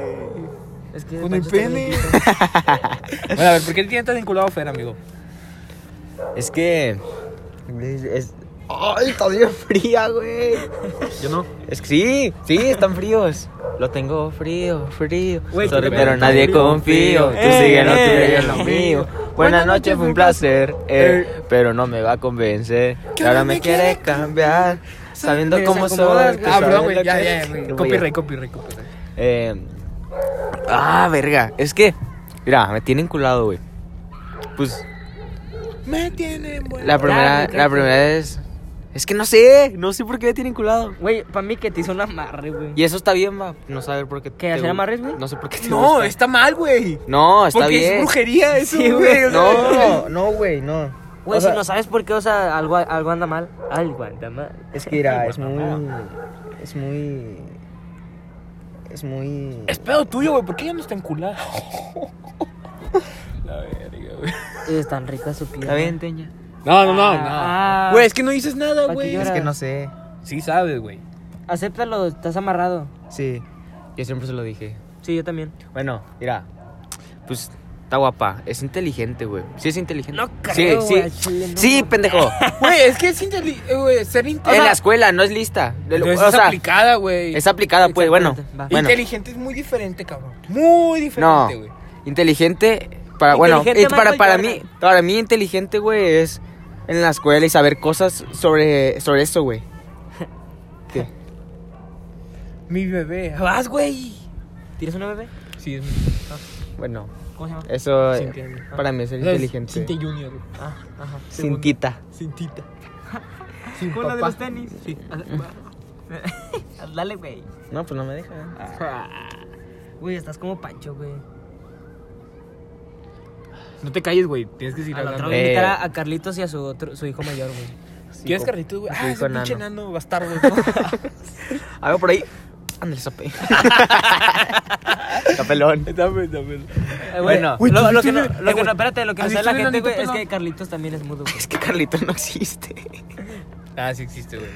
C: Es que.
B: Con el
C: Pancho está
B: pene.
C: bien loquito.
B: Bueno, a ver, ¿por qué tiene tan vinculado Fer, amigo?
D: Es que... es- es- ¡Ay, está bien fría, güey!
B: Yo no.
D: Es que sí, sí, están fríos. Lo tengo frío, frío.
B: Güey,
D: Sorry,
B: qué
D: pero
B: pedo.
D: nadie confío. Tú
B: Eh,
D: sigue, no tú
B: eh,
D: sigue
B: eh.
D: lo mío. Buenas noches, fue un placer. eh, pero no me va a convencer. Que ahora me quiere cambiar. Sabiendo
C: Me
D: cómo soy.
C: desacomodas,
D: tú
C: güey.
B: Ah,
D: sabes
B: perdón, güey,
D: lo
B: ya,
D: que-
B: ya,
D: Voy
B: güey.
D: a-
B: Copyright, copyright, copyright.
D: Eh,
A: Ah, verga. Es que, mira, me tiene enculado, güey. Pues.
B: Me tienen buen-
A: La primera,
C: güey,
A: la
C: cállate.
A: primera es. Es que no sé, no sé por qué me tiene enculado.
C: Güey, para mí que te hizo un amarre, güey.
A: Y eso está bien, va. No saber por qué.
C: ¿Qué,
A: te
C: hacer
A: gu-
C: amarres, güey?
A: No sé por qué te
B: No,
A: gusta.
B: está mal, güey.
A: No, está
B: Porque
A: bien.
B: es brujería eso,
C: Sí,
B: güey. o sea,
D: No, no, güey, no.
C: Güey,
D: O sea,
C: si no sabes por qué, o sea, algo, algo anda mal. Algo anda mal.
D: Es que mira, es muy.
B: pues,
D: Es muy. Es muy.
B: Es pedo tuyo, güey. ¿Por qué ya no está enculado? La verga, güey.
C: Es tan rica su piel.
A: Está bien, Teña.
B: No, no, no,
C: Ah.
B: no. Güey, es que no dices nada,
C: ¿Para qué
B: güey.
C: lloras?
D: Es que no sé.
B: Sí sabes, güey.
C: Acéptalo, estás amarrado.
D: Sí.
A: Yo siempre se lo dije.
C: Sí, yo también.
D: Bueno, mira.
A: Pues está guapa, es inteligente, güey. Sí es inteligente.
C: No creo,
A: sí,
C: güey, al
A: sí.
C: chile, no.
A: sí, pendejo.
B: Güey, es que es inteli- eh, güey, ser
A: en la
B: inteligente.
A: escuela no es lista. De lo-
B: Es
A: o sea,
B: aplicada, güey.
A: es aplicada, pues, bueno.
C: Exactamente, va.
A: bueno
B: Inteligente es muy diferente, cabrón. Muy
A: no.
B: diferente, güey.
A: Inteligente para bueno,
C: Inteligente
A: eh, para
C: Michael
A: para mí,
C: Jordan.
A: para mí inteligente, güey, es en la escuela y saber cosas sobre sobre eso, güey.
B: Mi bebé. Vas, güey.
C: ¿Tienes una bebé?
B: Sí, es
A: Bueno,
C: ¿Cómo se llama?
A: eso eh,
B: Cintia.
A: para mí es ser inteligente.
B: Cintia Junior. güey.
C: Ah, ajá.
A: Sin tita.
B: Cintita. Sin
C: Con la de
B: papá.
C: los tenis. Sí. Dale, güey.
D: No, pues no me deja.
C: Güey, estás como Pancho, güey.
B: No te calles, güey. Tienes que seguir
C: Al otro
B: hablando.
C: voy a
A: Eh.
C: invitar a, a Carlitos y a su, otro, su hijo mayor, güey.
B: ¿Quieres carritos, güey?
D: Sí,
B: Ah, ese
D: con
B: pinche
D: nano.
B: nano bastardo.
A: Algo por ahí. Ándale, sope.
D: Capelón.
B: Dame, dame.
C: Eh, güey,
D: Bueno.
B: Güey,
C: lo,
B: ¿tú
C: lo
B: viste
C: que no,
B: una-
C: lo
B: eh,
C: que no,
B: güey,
C: espérate, lo que no
B: ¿has
C: sabe
B: visto
C: la
B: un
C: gente,
B: enanito
C: güey, es
B: pelón?
C: que Carlitos también es mudo. güey.
A: Es que Carlito no existe.
B: Ah, sí existe, güey.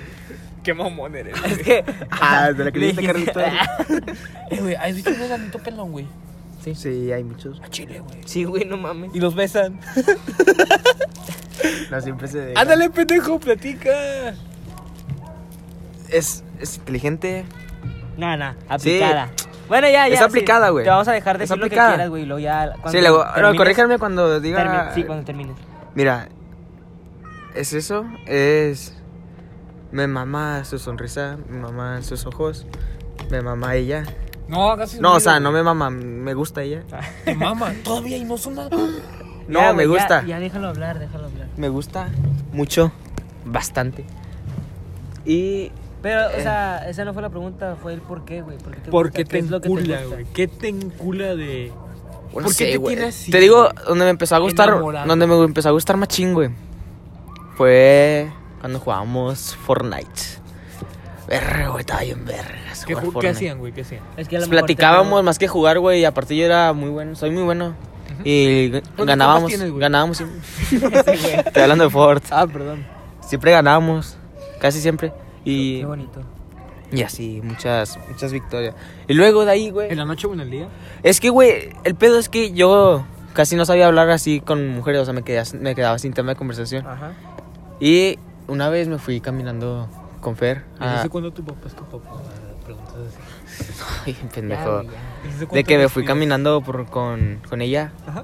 B: Qué mamón eres.
C: Es que.
D: Ah, de la que
C: le
D: dijiste,
C: dijiste-
B: Eh, güey, ¿has visto un enanito pelón, güey?
D: Sí, hay muchos.
B: A Chile, güey.
C: Sí, güey, no mames.
B: Y los besan.
D: No siempre se deja.
B: Ándale, pendejo, platica.
A: Es, es inteligente.
C: Nah, nah, aplicada. Bueno, ya, ya.
A: Es
C: sí.
A: aplicada, güey.
C: Te vamos a dejar
A: Es
C: decir lo que
A: aplicada.
C: quieras, güey. y Luego ya. cuando
A: Sí, luego,
C: termines-
A: no, corríjanme cuando diga.
C: termi- Sí, cuando termines.
A: Mira, es eso, es. Me mama su sonrisa, me mama sus ojos, me mama ella.
B: No, hagas
A: No, o sea, no me mama, me gusta ella.
B: Te mama, todavía y no son nada.
A: No,
C: Ya,
A: me
C: güey, ya-
A: gusta.
C: Ya, déjalo hablar, déjalo hablar.
A: Me gusta mucho, bastante. Y.
C: Pero, o
A: Eh.
C: sea, esa no fue la pregunta, fue el por qué, güey. ¿Por qué te
B: Porque
C: gusta? ¿Qué
B: te
C: es lo que
B: encula,
C: gusta?
B: güey. ¿Qué te encula de.?
A: Bueno,
B: ¿Por qué
A: sé,
B: te
A: güey.
B: tiene así,
A: Te digo,
B: güey?
A: donde me empezó a gustar.
B: Enamorado.
A: Donde me empezó a gustar machín, güey. Fue cuando jugábamos Fortnite. Verga, güey, estaba bien vergas.
B: ¿Qué,
A: jugar
B: ju- qué
A: Fortnite.
B: hacían, güey? ¿Qué hacían?
C: Es que a lo
A: Pues
C: mejor te
A: platicábamos
C: acabo-
A: más que jugar, güey, y aparte yo era muy bueno, soy muy bueno. Y g-
B: copas
A: ganábamos,
B: tienes, güey?
A: ganábamos. sí. Estoy hablando de Ford.
C: Ah, perdón.
A: Siempre ganábamos, casi siempre. Y,
C: Qué bonito.
A: y así, muchas, muchas victorias. Y luego de ahí,
B: ¿En
A: güey.
B: la noche o en el día?
A: Es que, güey, el pedo es que yo casi no sabía hablar así con mujeres, o sea, me quedaba, me quedaba sin tema de conversación.
C: Ajá.
A: Y una vez me fui caminando con Fer. a-
B: ¿Desde cuándo tu papá es tu papá? Preguntas así.
A: Ay,
C: Ya,
A: pendejo.
C: güey, ya.
B: ¿Desde
A: De
B: cuándo
A: que me
B: eres
A: fui
B: libre?
A: caminando por, con, con ella
B: Ajá.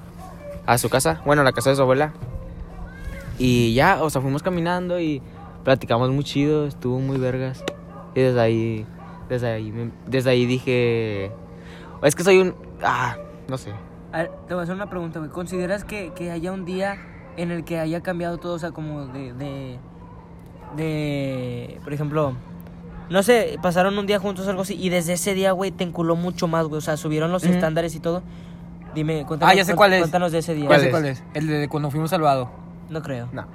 A: a su casa, bueno, a la casa de su abuela. Y ya, o sea, fuimos caminando y platicamos muy chido, estuvo muy vergas. Y desde ahí, desde ahí, me- desde ahí dije, es que soy un, ah, no sé.
C: A ver, te voy a hacer una pregunta, güey. ¿Consideras que, que haya un día en el que haya cambiado todo? O sea, como de. de, de- por ejemplo, no sé, pasaron un día juntos o algo así. Y desde ese día, güey, te enculó mucho más, güey. O sea, subieron los
A: Ujú.
C: estándares y todo. Dime, cuéntanos.
B: Ah, ya sé
C: cuént-
B: cuál es.
C: Cuéntanos de ese día.
A: ¿Cuál
B: Ya sé
A: es?
B: cuál es. El de cuando fuimos salvado.
C: No creo.
B: ¿No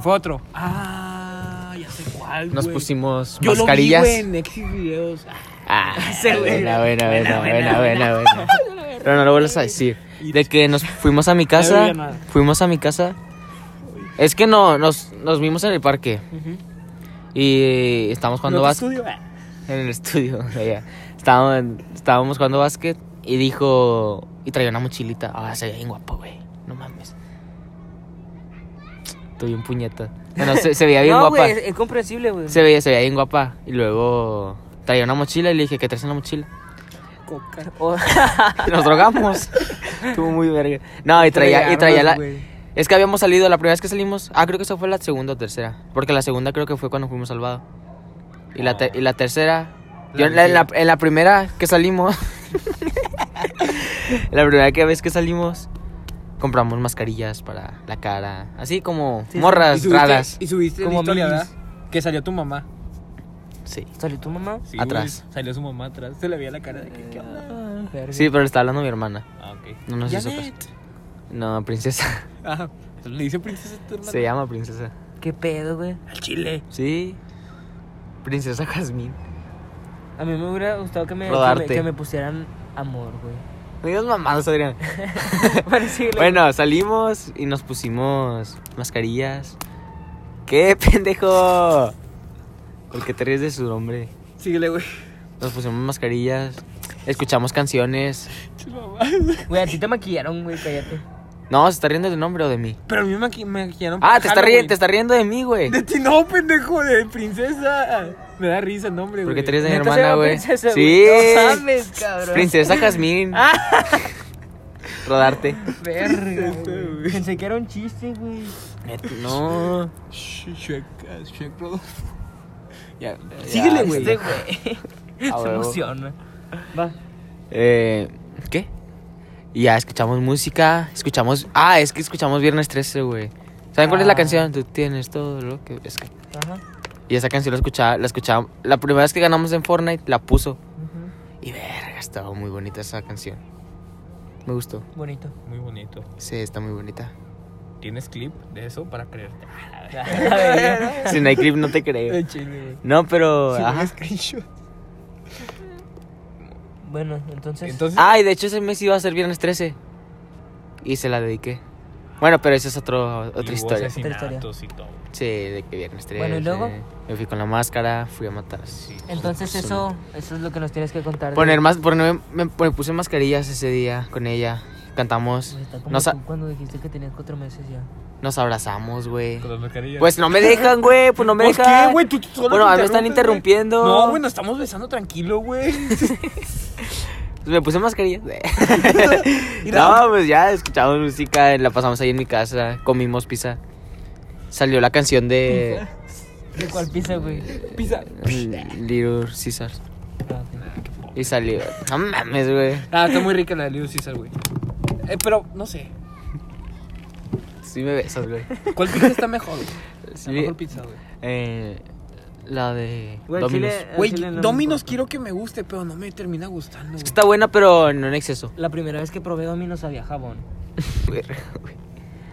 B: fue otro? Ah, ya sé cuál,
A: Nos
B: güey.
A: pusimos
B: Yo
A: mascarillas.
B: lo vi, güey, en Exit Videos. Ah,
A: Ah,
C: Ese güey.
A: buena, buena, buena, buena, buena, buena. Pero no lo vuelvas a decir. De que nos fuimos a mi casa,
B: había nada.
A: fuimos a mi casa. Es que no, nos, nos vimos en el parque
C: Ujú.
A: y estamos jugando
B: ¿no te
A: vas
B: estudio? Ah.
A: en el estudio. o sea, ya. Estábamos, estábamos jugando básquet y dijo. Y traía una mochilita. Ah, se veía bien guapo, güey. No mames. Estoy bien puñeta. Bueno, se, se veía bien
C: No,
A: guapa.
C: güey, es, es comprensible, güey.
A: Se veía, se veía bien guapa. Y luego traía una mochila y le dije, ¿qué traes en la mochila?
B: Coca.
C: O-
A: Nos drogamos. Estuvo muy verga. No, y traía, y traía la. Es que habíamos salido, la primera vez que salimos. Ah, creo que esa fue la segunda o tercera. Porque la segunda creo que fue cuando fuimos salvados. Y la, ter- y la tercera. yo en, la, en la- en la primera que salimos. La primera que- vez que salimos, compramos mascarillas para la cara. Así como
C: Sí, sí.
A: morras
B: subiste-
A: raras.
B: Y subiste
C: Como
B: una historia,
C: minis.
B: ¿verdad? Que salió tu mamá.
A: Sí.
C: ¿Salió tu mamá?
B: Sí,
A: Atrás.
B: güey, salió su mamá atrás. Se le veía la cara de que, ¿qué onda?
A: Sí, pero le estaba hablando a mi hermana.
B: Ah, ok.
A: No nos hizo caso.
B: Janet.
A: No, princesa.
B: Ah, le dice princesa a tu hermana.
A: Se llama princesa.
C: ¿Qué pedo, güey?
B: Al chile.
A: Sí. Princesa Jazmín.
C: A mí me hubiera gustado que me, que me,
A: Rodarte.
C: que me pusieran amor, güey.
A: No digas mamadas, Adrián.
C: Para decirle-
A: Bueno, salimos y nos pusimos mascarillas. ¡Qué pendejo! Porque te ríes de su nombre.
B: Síguele, güey.
A: Nos pusimos mascarillas, escuchamos canciones.
B: Su mamá.
C: Güey, a ti te maquillaron, güey, cállate.
A: No, ¿se está riendo de tu nombre o de mí?
B: Pero a mí me maqui- me maquillaron.
A: Ah,
B: para
A: te está,
B: Halloween.
A: riendo, te está riendo de mí, güey.
B: De ti no, pendejo, de princesa. Me da risa el nombre, güey.
A: Porque te ríes de mi
C: Neta se
A: hermana,
C: llama
A: güey.
C: princesa,
A: Sí.
C: No mames, cabrón.
A: Princesa Jazmín.
C: Ah,
A: Rodarte.
C: verga, güey. Pensé que era un chiste, güey.
A: No.
B: Sh- Shrek, eh, Shrek Rodolfo. Ya,
A: Ya,
B: síguele, güey.
C: Este, güey.
A: A
C: Se
A: huevo.
C: emociona. Va.
A: Eh, ¿Qué? Y ya escuchamos música, escuchamos... Ah, es que escuchamos Viernes 13, güey. ¿Saben cuál es la
C: Ah.
A: canción? Tú tienes todo lo que... Es que...
C: Ajá.
A: Y esa canción la escuchaba, la escuchaba... La primera vez que ganamos en Fortnite, la puso.
C: Ujú.
A: Y verga, estaba muy bonita esa canción. Me gustó.
C: Bonito.
B: Muy bonito.
A: Sí, está muy bonita.
B: ¿Tienes clip de eso para creerte?
C: La verga.
A: Si no hay clip, no te creo.
B: Al chile, güey.
A: No, pero... Ah, ajá.
B: screenshot.
C: bueno, entonces.
B: Entonces,
A: Ay, Ah, de hecho ese mes iba a ser viernes 13. Y se la dediqué. Bueno, pero esa es otro, otra historia.
C: Otra historia.
B: Otra historia.
A: Sí, de que viernes 13.
C: Bueno, ¿y luego?
A: Me fui con la máscara, fui a matar.
C: Entonces eso, eso es lo que nos tienes que contar. de-
A: pues, Poner más, ponerme- me, me puse mascarillas ese día con ella. Cantamos,
C: Güey, Pues está como
A: nos, a-
C: tú cuando dijiste que tenías cuatro meses ya.
A: nos abrazamos, güey.
B: Con las mascarillas.
A: Pues no me dejan, güey, pues no me
B: ¿Por
A: dejan.
B: qué, güey? Tú- tú solo
A: bueno,
B: te
A: ahora me están
B: interrumpes, güey.
A: interrumpiendo.
B: No, güey, nos estamos besando tranquilo, güey.
A: Pues me puse mascarilla.
B: Y nada.
A: no, pues ya escuchamos música, la pasamos ahí en mi casa, comimos pizza. Salió la canción de
C: ¿De cuál pisa, güey?
B: Pisa.
A: Little Caesar.
C: Ah, ok.
A: Y salió. No mames, güey.
B: Ah, está muy rica la de Little Caesar, güey. Eh, pero, no sé.
A: Sí me besas, güey.
B: ¿Cuál pizza está mejor? güey?
A: Sí.
B: La mejor pizza, güey.
A: Eh, la de
C: Güey,
A: Domino's.
C: Chile-
B: Güey,
C: Chile no me
B: Dominos
C: importa.
B: quiero que me guste, pero no me termina gustando, güey.
A: Está buena, pero no en exceso.
C: La primera vez que probé Domino's había jabón.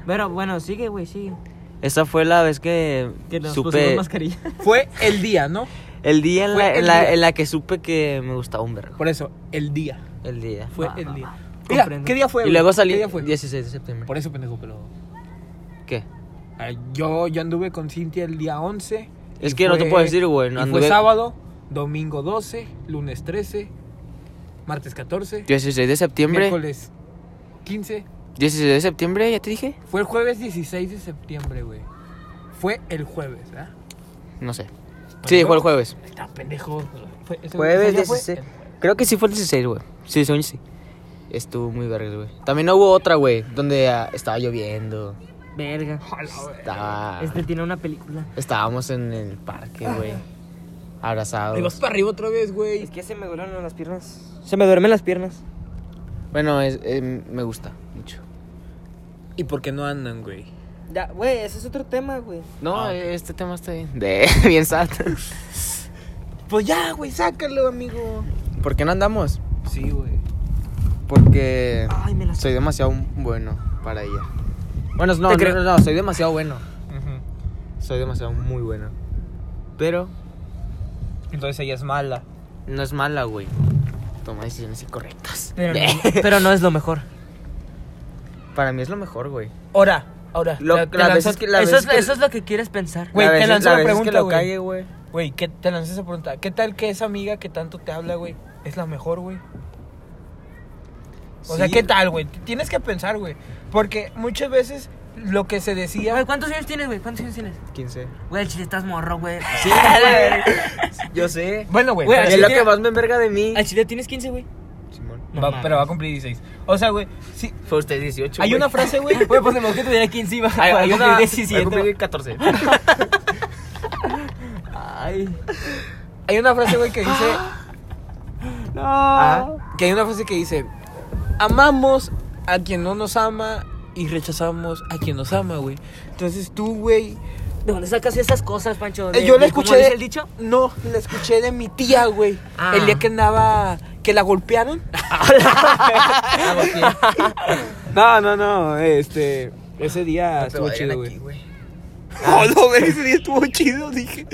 C: Pero bueno, sigue, güey, sigue.
A: Esa fue la vez que,
C: Que nos
A: supe.
C: pusimos mascarilla.
B: Fue el día, ¿no?
A: El día en
B: Fue
A: la,
B: el
A: en, la,
B: día.
A: en la que supe que me gustaba un vergo.
B: Por eso, el día.
A: El día.
B: Fue
C: Va, va,
B: el día.
C: va.
B: Mira,
C: Comprendo.
B: ¿qué día fue?
A: ah, y
B: güey?
A: luego salí
B: ¿Qué día fue?
A: 16 de septiembre.
B: Por eso, pendejo, pero...
A: ¿Qué?
B: Ah, Yo, yo anduve con Cintia el día 11. y
A: Es que no te puedo decir, güey, no
B: y
A: anduve-
B: Fue sábado, domingo 12, lunes 13, martes 14,
A: 16 de septiembre.
B: miércoles 15.
A: 16 de septiembre, ya te dije.
B: Fue el jueves 16 de septiembre, güey. Fue el jueves, ¿verdad?
A: No sé. Sí, fue el jueves.
B: Está pendejo. Fue- ese-
A: Jueves
B: ese día fue
A: 16.
B: el jueves.
A: Creo que sí fue el 16, güey. Sí, según yo sí. Estuvo muy verga, güey. También hubo otra, güey, donde ah, estaba lloviendo.
C: Verga.
A: Estaba...
C: Este tiene una película.
A: Estábamos en el parque, güey.
B: Ahí vas
A: Abrazados.
B: para arriba otra vez, güey.
C: Es que se me duermen las piernas. Se me duermen las piernas.
A: Bueno, es- eh, me gusta mucho.
B: ¿Y por qué no andan, güey?
C: Ya, güey, ese es otro tema, güey.
A: No,
B: Ah, ok.
A: este tema está bien. De, bien sad.
B: Pues ya, güey, sácalo, amigo.
A: ¿Por qué no andamos?
B: Sí, güey.
A: Porque
C: Ay, me las...
A: soy demasiado bueno para ella. Bueno, no,
B: Te
A: no,
B: creo.
A: no, no, soy demasiado bueno. Soy demasiado muy bueno. Pero
B: Entonces ella es mala.
A: no es mala, güey. Toma decisiones incorrectas.
C: Pero no, pero no es lo mejor.
A: Para mí es lo mejor, güey.
B: Ahora, ahora.
A: Lo-
B: te- te
A: las
B: lanzo-
A: veces que- las
C: eso, es,
A: veces que-
C: eso es lo que quieres pensar.
B: Güey,
A: La
B: te
A: vez-
B: lanzo
A: la
B: una
A: vez es
B: pregunta,
A: que lo
B: güey.
A: calle, güey.
B: Güey, ¿qué te lanzas esa pregunta? ¿Qué tal que esa amiga que tanto te habla, güey, es la mejor, güey? O sea,
A: Sí.
B: ¿qué tal, güey? Tienes que pensar, güey. Porque muchas veces lo que se decía.
C: Güey, ¿cuántos años tienes, güey? ¿Cuántos años tienes?
A: 15.
C: Güey, chile, estás morro, güey.
A: Sí, güey. Yo sé.
B: Bueno, güey,
C: Güey,
A: Y
B: pero
C: así
A: es
B: sí
A: lo
B: tiene-
A: que más me enverga de mí.
C: Al chile tienes 15, güey.
A: Simón.
C: No
B: va-
C: mames.
B: pero va a cumplir 16. O sea, güey, sí.
A: Fue usted 18.
B: Hay
A: güey.
B: una frase, güey.
C: Güey, pues de lo que tuviera 15 iba
A: Hay,
C: iba a
A: hay
C: cumplir
A: una.
C: 17.
A: voy a cumplir 14.
C: Ay.
B: Hay una frase, güey, que dice.
C: No.
A: Ah.
B: Que hay una frase que dice, amamos a quien no nos ama y rechazamos a quien nos ama, güey. Entonces tú, güey,
C: ¿De dónde sacas esas cosas, Pancho?
B: Eh,
C: ¿De-
B: yo la
C: de cómo
B: escuché.
C: dice
B: de-
C: el dicho?
B: No, la escuché de mi tía, güey.
C: Ah.
B: El día que andaba. que la golpearon. no, no, no. Este. Ese día estuvo chido, güey. Oh, no, güey, ese día estuvo chido, dije.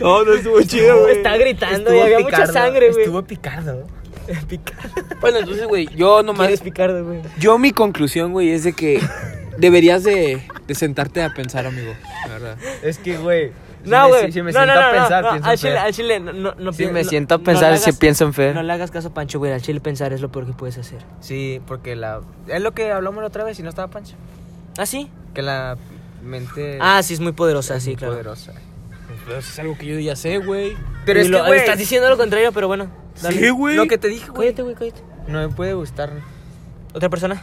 B: no, no estuvo chido, güey.
C: Estaba gritando y había mucha sangre, güey.
A: Estuvo picardo.
B: Bueno, entonces, güey, yo nomás.
C: Eres Picardo, güey.
B: Yo mi conclusión, güey, es de que deberías de, de sentarte a pensar, amigo. La verdad.
A: Es que, güey.
C: No, güey.
A: Si me
C: no,
A: siento
C: no, no,
A: a pensar,
C: no, no,
A: pienso
C: al
A: en
C: chile,
A: Fer.
C: al chile, no, no, no
A: Si
C: pi-
A: me
C: no-
A: siento a
C: no
A: pensar,
C: le
A: si
C: hagas-
A: pienso en Fer.
C: No le hagas caso a Pancho, güey. Al chile pensar es lo peor que puedes hacer.
A: Sí, porque la. Es lo que hablamos la otra vez y no estaba Pancho.
C: ¿Ah, sí?
A: Que la mente.
C: Ah, sí, es muy poderosa, sí,
A: muy
C: claro.
A: Poderosa.
B: Pero eso es algo que yo ya sé, güey.
A: Pero
C: Y
A: es
C: lo-
A: que, güey.
C: Estás diciendo lo contrario, pero bueno. dale.
B: Sí, güey.
A: Lo que te dije, güey.
C: Cállate, güey, cállate.
A: No me puede gustar.
C: ¿Otra persona?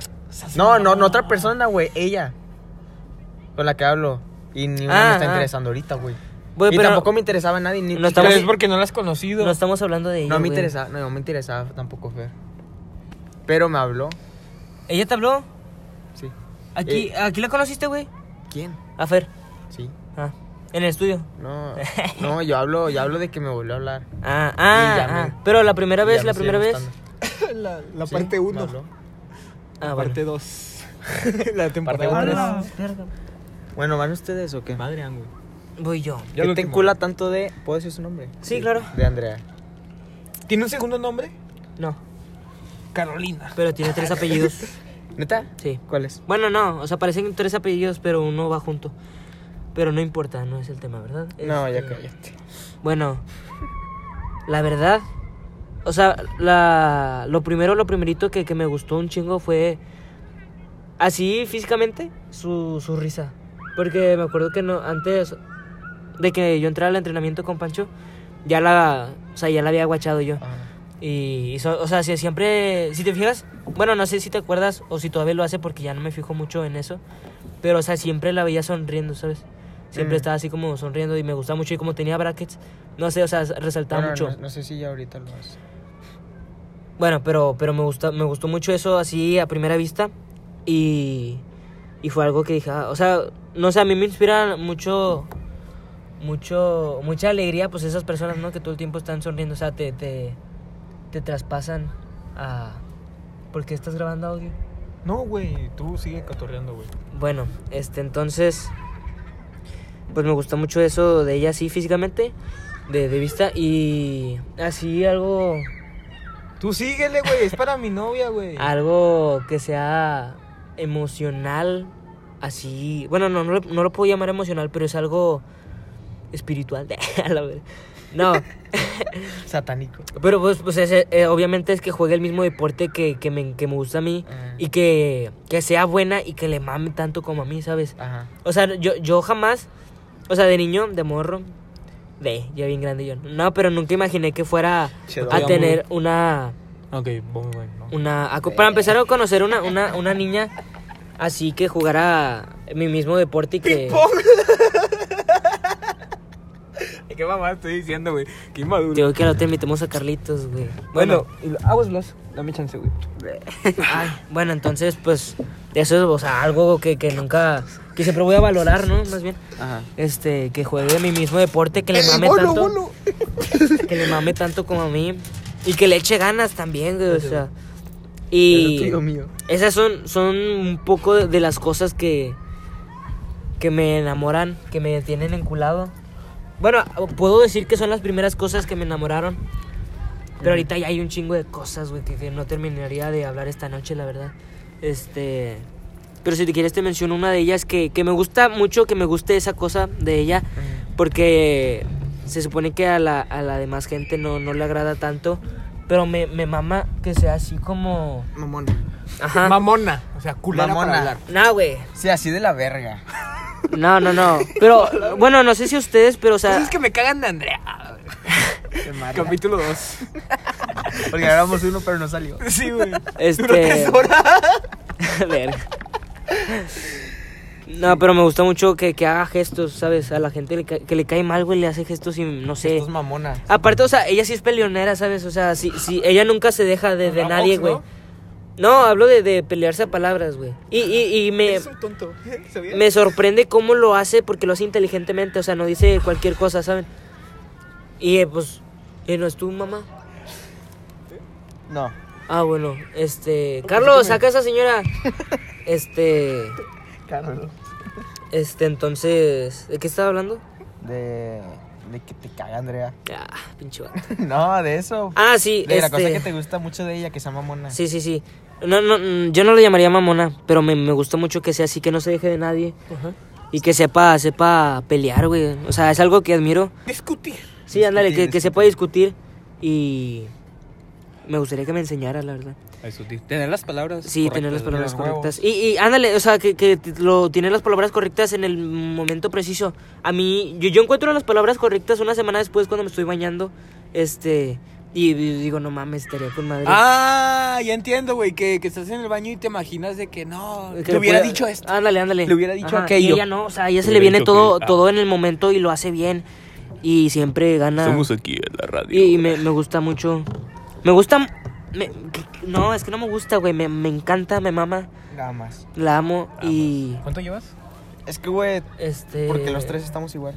A: No, no, no otra persona, güey. Ella. Con la que hablo. Y ni una
C: Ah,
A: me está
C: ah.
A: interesando ahorita, güey.
C: Güey,
A: y
C: pero-
A: tampoco me interesaba nadie. Ni
C: No
B: Pero
C: estamos-
B: es porque no la has conocido.
C: No estamos hablando de ella,
A: No me
C: güey.
A: interesaba, no, no me interesaba tampoco Fer. Pero me habló,
C: ¿Ella te habló?
A: sí. Eh.
C: ¿Aquí, ¿aquí la conociste, güey?
A: ¿Quién?
C: A Fer.
A: Sí.
C: Ah, en el estudio.
A: No, no, yo hablo, yo hablo de que me volvió a hablar.
C: Ah,
A: Y
C: ah,
A: ya me-
C: ah. Pero la primera
A: Ya
C: vez,
A: me
C: la
A: sigue
C: primera vez.
A: gustando.
B: la, la
A: Sí,
B: parte
A: me
B: 1.
A: habló.
C: Ah,
B: La
C: bueno.
B: parte 2. la temporada
A: Parte
B: tres.
A: uno. Bueno, ¿van ustedes o qué?
B: Madre, güey.
C: Voy yo.
B: Ya
A: ¿Qué
B: lo
A: te
B: último.
A: encula tanto de. ¿Puedo decir su nombre?
C: Sí, claro.
A: De Andrea.
B: ¿Tiene un segundo nombre?
C: No,
B: Carolina.
C: pero tiene tres apellidos.
A: ¿Neta?
C: Sí.
A: ¿Cuál es?
C: Bueno, no, o sea, parecen tres apellidos, pero uno va junto. Pero no importa, no es el tema, ¿verdad?
A: No, ya
C: Este,
A: cállate.
C: Bueno, la verdad, o sea, la, lo primero, lo primerito que, que me gustó un chingo fue así físicamente su, su risa. Porque me acuerdo que no, antes de que yo entrara al entrenamiento con Pancho, ya la, o sea, ya la había guachado yo. Y, y so- o sea, si- siempre, si te fijas, bueno, no sé si te acuerdas o si todavía lo hace porque ya no me fijo mucho en eso, pero o sea, siempre la veía sonriendo, ¿sabes? Siempre
A: Mm.
C: estaba así como sonriendo y me gustaba mucho y como tenía brackets, no sé, o sea, resaltaba
A: Bueno,
C: mucho.
A: No, no sé si ya ahorita lo hace.
C: Bueno, pero, pero me, gusta, me gustó mucho eso así a primera vista y, y fue algo que dije, ah, o sea, no sé, a mí me inspiran mucho, mucho, mucha alegría, pues esas personas, ¿no? Que todo el tiempo están sonriendo, o sea, te, te, te traspasan a... ¿Por qué estás grabando audio?
B: No, güey. Tú sigue catorreando, güey.
C: Bueno, este, entonces, pues me gustó mucho eso de ella así físicamente, de, de vista y así algo...
B: Tú síguele, güey. Es para mi novia, güey.
C: Algo que sea emocional, así. Bueno, no, no, lo- no lo puedo llamar emocional, pero es algo espiritual. a la ver- no,
A: Satánico.
C: pero pues, pues es, eh, obviamente es que juegue el mismo deporte que, que, me, que me gusta a mí
A: Ah.
C: y que, que sea buena y que le mame tanto como a mí, ¿sabes?
A: Ajá.
C: O sea, yo, yo jamás, o sea, de niño, de morro, de, ya bien grande yo. No, pero nunca imaginé que fuera
A: Che, doy
C: a
A: amor.
C: tener una
B: Ok, vamos, güey. no.
C: una a co- para empezar a conocer una, una, una niña así que jugara mi mismo deporte y que
B: ¿Qué mamá estoy diciendo, güey? Qué inmaduro.
C: digo que ahora te invitemos a Carlitos, güey.
B: Bueno, y lo- aguaslos. Dame chance, güey.
C: ay, bueno, entonces pues eso es o sea, algo que, que nunca que siempre voy a valorar, ¿no? Más bien
A: Ajá.
C: este que juegue mi mismo deporte,
B: Eh,
C: que le mame tanto, que le mame tanto como a mí y que le eche ganas también, güey, o sea. Y
A: Es lo tuyo, mío.
C: Esas son, son un poco de, de las cosas que, que me enamoran, que me tienen enculado. Bueno, puedo decir que son las primeras cosas que me enamoraron. Pero ahorita ya hay un chingo de cosas, güey, que, que no terminaría de hablar esta noche, la verdad. Este. Pero si te quieres, te menciono una de ellas que, que me gusta mucho, que me guste esa cosa de ella, porque se supone que a la, a la demás gente no, no le agrada tanto. Pero me, me mama que sea así como.
A: Mamona.
C: Ajá.
B: Mamona. O sea, culera
A: Mamona.
B: para hablar.
C: No, güey.
A: Sí, así de la verga.
C: No, no, no. Pero, bueno, no sé si ustedes, pero, o sea.
B: Pues es que me cagan de Andrea.
A: Qué mala.
B: Capítulo 2.
A: Porque grabamos uno, pero no salió.
B: Sí, güey.
C: Este.
B: Duró tres horas.
C: Verga. No, pero me gusta mucho que, que haga gestos, ¿sabes? A la gente le ca- que le cae mal, güey, le hace gestos y no sé.
A: Estos mamonas.
C: Aparte, o sea, ella sí es peleonera, ¿sabes? O sea, sí, sí, ella nunca se deja de, de
B: Una
C: nadie,
B: box,
C: güey.
B: ¿no?
C: No, hablo de, de pelearse a palabras, güey. Y, y, y me,
B: Es un tonto. ¿sabías?
C: me sorprende cómo lo hace porque lo hace inteligentemente, o sea, no dice cualquier cosa, ¿saben? Y eh, pues, eh, ¿no es tu mamá?
A: No.
C: Ah, bueno, este.
A: pues,
C: Carlos, saca a esa señora. Este.
A: Carlos.
C: Este, entonces. ¿De qué estaba hablando?
A: De. De que te caga, Andrea.
C: Ah, pinche vato.
A: No, de eso.
C: Ah, sí,
A: de la cosa
C: este-
A: que te gusta mucho de ella, que sea mamona.
C: Sí, sí, sí. No, no, mm, yo no lo llamaría mamona, pero me, me gustó mucho que sea así, que no se deje de nadie y que sepa, sepa pelear, güey. O sea, es algo que admiro.
B: Discutir.
C: Sí, ándale, que, que sepa discutir y me gustaría que me enseñara, la verdad.
B: Discutir. Tener las palabras.
C: Sí, tener las
B: correctas,
C: palabras
A: los huevos.
C: correctas. Y, y ándale, o sea, que, que t- lo, tener las palabras correctas en el momento preciso. A mí, yo, yo encuentro las palabras correctas una semana después cuando me estoy bañando, este, y, y digo, no mames, estaría con madre.
B: Ah, ya entiendo, güey, que, que estás en el baño y te imaginas de que no,
C: Que Ah,
B: te
C: le
B: hubiera
C: pueda-
B: dicho esto.
C: Ándale, ándale.
B: Le hubiera dicho
C: Ajá,
B: aquello.
C: Y ella no, o sea, a ella se
B: Le
C: le
B: hubiera
C: viene
B: dicho
C: todo,
B: que- ah.
C: todo en el momento y lo hace bien. Y siempre gana.
B: aquí en la radio.
C: Y, y me, me gusta mucho. Me gusta. me- que- no, es que no me gusta, güey. Me, me encanta, me mama.
A: Nada más.
C: La amo. Y.
B: ¿Cuánto llevas?
A: Es que, güey,
C: Este.
A: porque los tres estamos igual.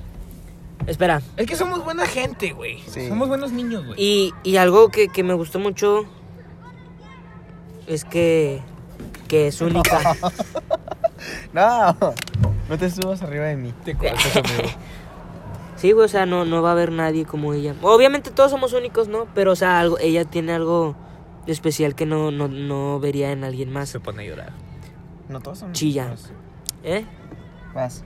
C: Espera.
B: Es que somos buena gente, güey.
A: Sí.
B: Somos buenos niños, güey.
C: Y, y algo que, que me gustó mucho. Es que. Que es única.
A: No, no te subas arriba de mí.
B: Te cortas, amigo.
C: Sí, güey, o sea, no, no va a haber nadie como ella. Obviamente todos somos únicos, ¿no? Pero, o sea, algo, ella tiene algo especial que no, no, no vería en alguien más.
B: Se pone a llorar.
A: No todos son.
C: Chilla. ¿Eh?
A: Vas.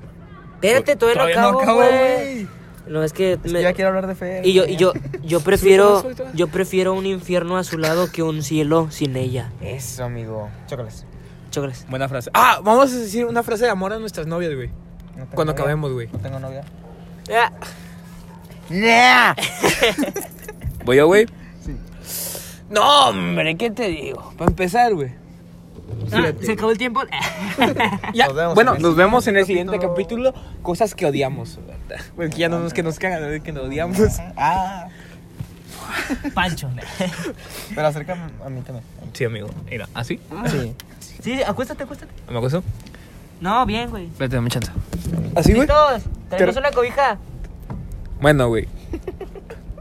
C: Espérate, todavía, no acabo, güey. No, es que...
A: Es
C: me-
A: que ya quiero hablar de fe.
C: Eh, Y yo, y yo, yo prefiero,
B: Súbete más, súbete más.
C: yo prefiero un infierno a su lado que un cielo sin ella.
A: Eso, amigo. Chócalas.
C: Chócalas.
B: Buena frase. Ah, vamos a decir una frase de amor a nuestras novias, güey.
A: No tengo
B: Cuando
A: novia.
B: acabemos, güey.
A: No tengo novia.
C: Ah,
A: ¡Nah!
B: ¿Voy yo, güey?
A: Sí.
B: No, hombre, ¿qué te digo? Para empezar, güey.
C: Ah, se acabó el tiempo.
B: Ya,
A: Nos vemos
B: bueno,
A: en el
B: nos vemos en el
A: siguiente
B: siguiente capítulo. Cosas que odiamos. ¿verdad? Porque ya no nos que nos cagan, que nos odiamos.
A: Ah,
C: Pancho.
A: pero acércame a mí también.
B: Sí, amigo. Mira, ¿así?
A: Sí.
C: Sí, acuéstate, acuéstate.
B: ¿Me acuerdo?
C: No, bien, güey.
B: Espérate, dame chance. ¿Así, güey?
C: Todos, tenemos una cobija.
B: Bueno, güey.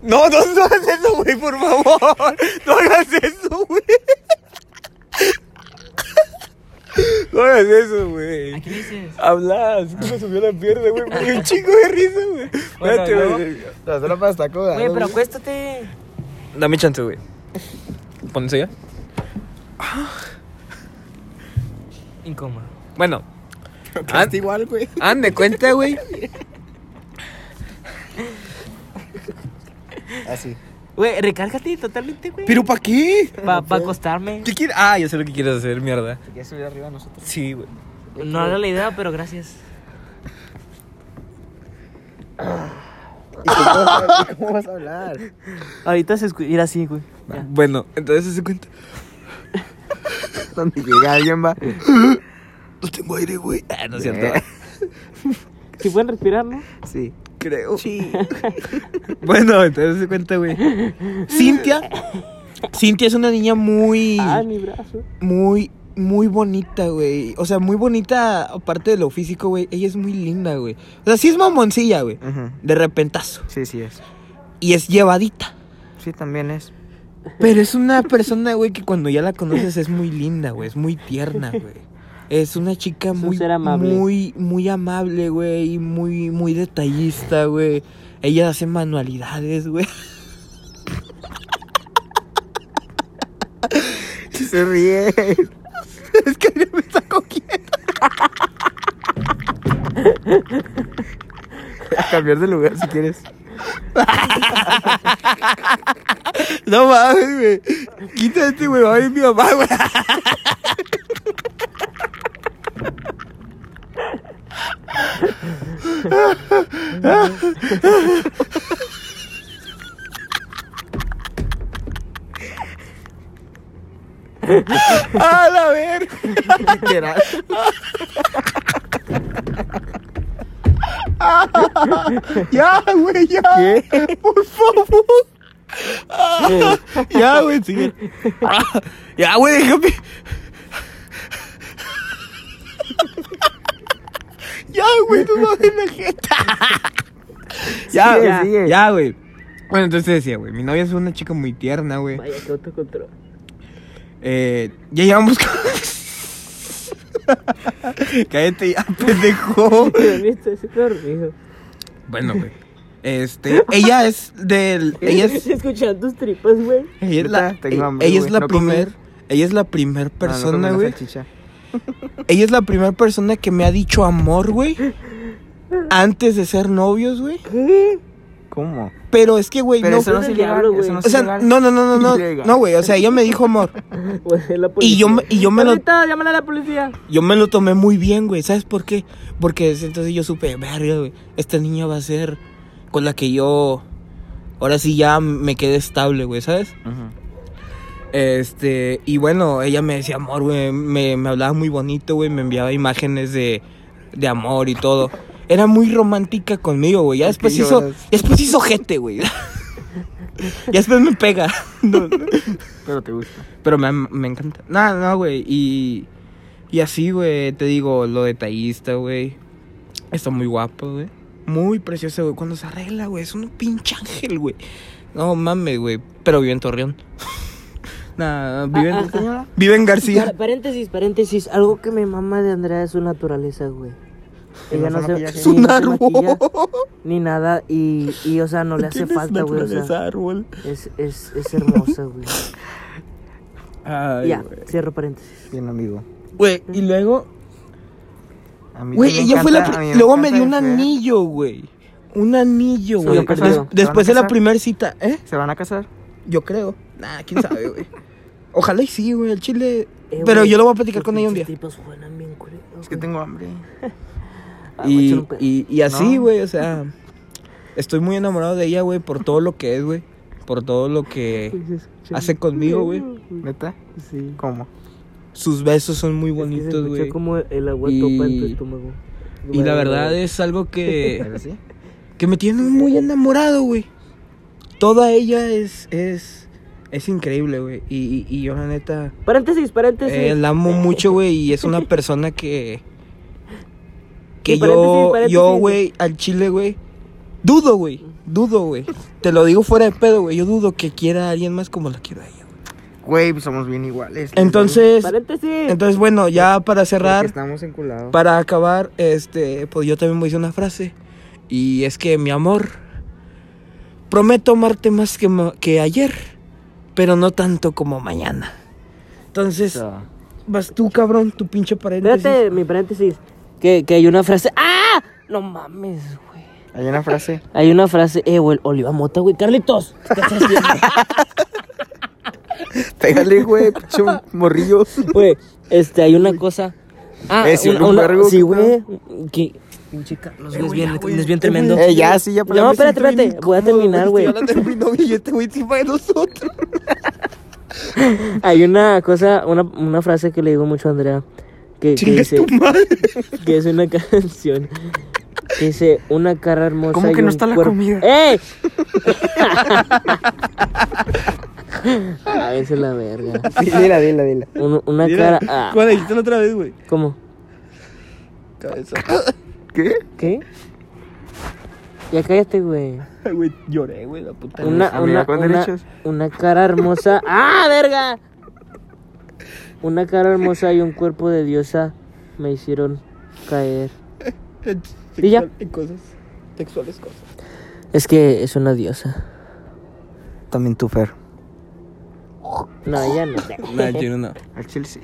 B: No, no, no hagas eso, güey, por favor. No hagas eso, güey. No hagas eso, güey.
C: ¿Qué dices?
B: Hablas. Me subió la pierna, güey. Me dio un chingo de risa, güey.
C: Bueno,
B: Espérate,
C: luego.
B: güey.
A: Las tropas está coda.
C: Ah, Güey, pero acuéstate.
B: Dame chance, güey. Pónganse ya.
C: Incómodo.
B: Bueno,
A: Está igual, güey.
B: hagan de cuenta, güey.
A: Así.
C: Güey, recárgate totalmente, güey.
B: ¿Pero para qué?
C: Para acostarme.
B: ¿Qué quieres? Ah, ya sé lo que quieres hacer, mierda.
A: ¿Te quieres subir arriba de nosotros?
B: Sí, güey.
C: No haga la idea, pero gracias.
A: ¿Y tú cómo vas a- cómo vas a hablar?
C: Ahorita se escucha. Mira así, güey.
B: Bueno, entonces se cuenta.
A: Donde llega alguien va.
B: No tengo aire, güey. Ah, no es cierto.
C: Si pueden respirar, ¿no?
A: Sí.
B: Creo. Sí. bueno, entonces se cuenta, güey. Cintia. Cintia es una niña muy.
C: mi brazo.
B: Muy, muy bonita, güey. O sea, muy bonita, aparte de lo físico, güey. Ella es muy linda, güey. O sea, sí es mamoncilla, güey. De repentazo.
A: Sí, sí es.
B: Y es llevadita.
A: Sí, también es.
B: Pero es una persona, güey, que cuando ya la conoces es muy linda, güey. Es muy tierna, güey. Es una chica
C: un
B: muy,
C: ser amable.
B: muy, muy amable, güey. Y muy, muy detallista, güey. Ella hace manualidades, güey.
A: Se ríe.
B: Es que me está cogiendo.
A: A cambiar de lugar si quieres.
B: No mames, güey. Quítate, güey. Va a venir mi mamá, güey.
A: ¡A la ver! Literal.
E: Ya, güey, ya. Por favor. Ah, ya, güey, sigue. Ah, ya, güey, déjame. Ya, güey, tú no ves la jeta. Ya,
A: Sigue,
E: güey,
A: sigue.
E: ya, güey. Bueno, entonces decía, güey, mi novia es una chica muy tierna, güey.
A: Vaya, qué autocontrol.
E: Eh, ya llevamos. con- Cállate ya, pendejo.
A: Estoy dormido.
E: Bueno, güey. Este, ella es del. Ella es.
A: Escuchando tus tripas, güey.
E: Ella es la, e-,
A: Neta, tengo hambre,
E: ella es
A: güey.
E: la
A: No comí.
E: primer, ella es la primer persona, güey.
A: Chicha.
E: ella es la primera persona que me ha dicho amor, güey. Antes de ser novios, güey.
A: ¿Cómo?
E: Pero es que, güey,
A: Pero
E: no.
A: eso no es
B: el
A: ilegal,
B: diablo,
A: eso
B: güey.
A: no es
E: o sea,
A: ilegal.
E: no, no, no, no, no.
A: Ilegal.
E: No, güey, o sea, ella me dijo amor. Y yo, me- y yo me lo
B: Ahorita, llámale a la policía.
E: yo me lo tomé muy bien, güey. ¿Sabes por qué? Porque desde entonces yo supe, verga, güey. Esta niña va a ser con la que yo. Ahora sí ya me quedé estable, güey, ¿sabes? Este. Y bueno, ella me decía amor, güey. Me, me hablaba muy bonito, güey. Me enviaba imágenes de, de amor y todo. Era muy romántica conmigo, güey. Ya después hizo.
A: lloras?
E: ya después hizo jete, güey. ya después me pega. No, no.
A: Pero te gusta.
E: Pero me, me encanta. No, no, güey. Y, y así, güey, te digo, lo detallista, güey. Está muy guapo, güey. Muy precioso, güey. Cuando se arregla, güey, es un pinche ángel, güey. No mames, güey. Pero vive en Torreón. nah, vive en, vive en García.
C: Paréntesis, paréntesis. Algo que me mama de Andrea es su naturaleza, güey. Ella no se,
E: Es
C: ni
E: un
C: no se maquilla,
E: árbol.
C: ni nada y, y o sea no le hace
E: Tienes
C: falta, güey. o sea,
E: naturaleza, árbol.
C: es, es, es hermosa, güey.
E: Ay,
C: ya,
E: güey.
C: cierro paréntesis.
A: Bien, amigo.
E: Güey, y luego.
A: A mí
E: Güey,
A: sí me
E: ella fue la.
A: encanta, a
E: pri-
A: mí
E: Luego
A: encanta
E: me dio un
A: de fea.
E: anillo, güey. Un anillo,
A: Soy
E: güey.
A: yo
E: Des-
A: perdido.
E: después
A: ¿Se
E: de
A: van a casar?
E: la primera cita, ¿eh?
A: ¿Se van a casar?
E: Yo creo. Nah, quién sabe, güey. Ojalá y sí, güey, el chile.
C: Eh,
E: Pero
C: güey,
E: yo lo voy a platicar
C: los
E: con ella un día.
C: pinches tipos juegan bien culero,
A: Es que
C: güey.
A: tengo hambre.
C: Ah, voy a
E: Y,
C: echar un pedo.
E: y, y así,
A: No.
E: güey, o sea. Estoy muy enamorado de ella, güey, por todo lo que es, güey. Por todo lo
C: Pues
E: que hace conmigo, güey.
A: ¿Neta?
C: Sí.
A: ¿Cómo?
E: Sus besos son muy
C: Es que se
E: bonitos,
C: escucha
E: güey.
C: como el agua topa en tu
E: Y-
C: estómago.
E: Y la verdad es algo que, que me tiene muy enamorado, güey. Toda ella es, es, es increíble, güey. Y, y, y yo, la neta,
C: Paréntesis, paréntesis.
E: Eh, la amo mucho, güey, y es una persona que. Que
C: Sí, paréntesis,
E: yo,
C: paréntesis.
E: yo, güey, al chile, güey. Dudo, güey. Dudo, güey. Te lo digo fuera de pedo, güey. Yo dudo que quiera a alguien más como la quiero a ella, güey.
A: Güey, pues somos bien iguales.
E: Entonces,
C: Paréntesis.
E: entonces, bueno, ya para
A: Porque
E: cerrar,
A: estamos enculados.
E: para acabar, este, pues yo también voy a decir una frase. Y es que, mi amor, prometo amarte más que, ma- que ayer, pero no tanto como mañana. Entonces, vas tú, cabrón, tu pinche paréntesis.
C: Espérate, mi paréntesis. Que, que hay una frase. ¡Ah! No mames, güey.
A: Hay una frase.
C: Hay una frase. Eh, güey, oliva mota, güey. Carlitos. ¿qué estás haciendo?
A: Pégale, güey, pinche morrillo.
C: Güey, este, hay una cosa. Ah,
A: Eh, si
C: una-
A: un
C: una-
A: vergo,
C: sí,
A: ¿qué
C: güey. Que. Pinche Carlos, güey, es bien, es bien tremendo.
A: Eh, ya, sí, ya.
C: No, espérate, espérate. Voy a terminar, güey.
A: este
C: Hay una cosa, una, una frase que le digo mucho a Andrea. Que, que dice. Que es una canción. Que dice, una cara hermosa.
A: ¿Cómo que no
C: y un
A: está la
C: cuerpo-
A: comida?
C: ¡Ey! A veces la verga.
A: Sí, dila, dila, dila.
C: Un- una cara. ah,
E: otra vez, güey.
C: ¿Cómo?
A: ¿Qué?
C: ¿Qué? Ya cállate, güey.
E: Güey, lloré, güey, la puta.
C: Una,
A: Amiga
C: una,
A: con
C: una,
A: derechos.
C: una cara hermosa. ¡Ah, verga! Una cara hermosa y un cuerpo de diosa me hicieron caer. ¿Y ya?
E: Cosas. Sexuales cosas.
C: Es que es una diosa.
A: También tú, Fer.
C: No, ella no.
E: No, yo no.
A: Al chile sí.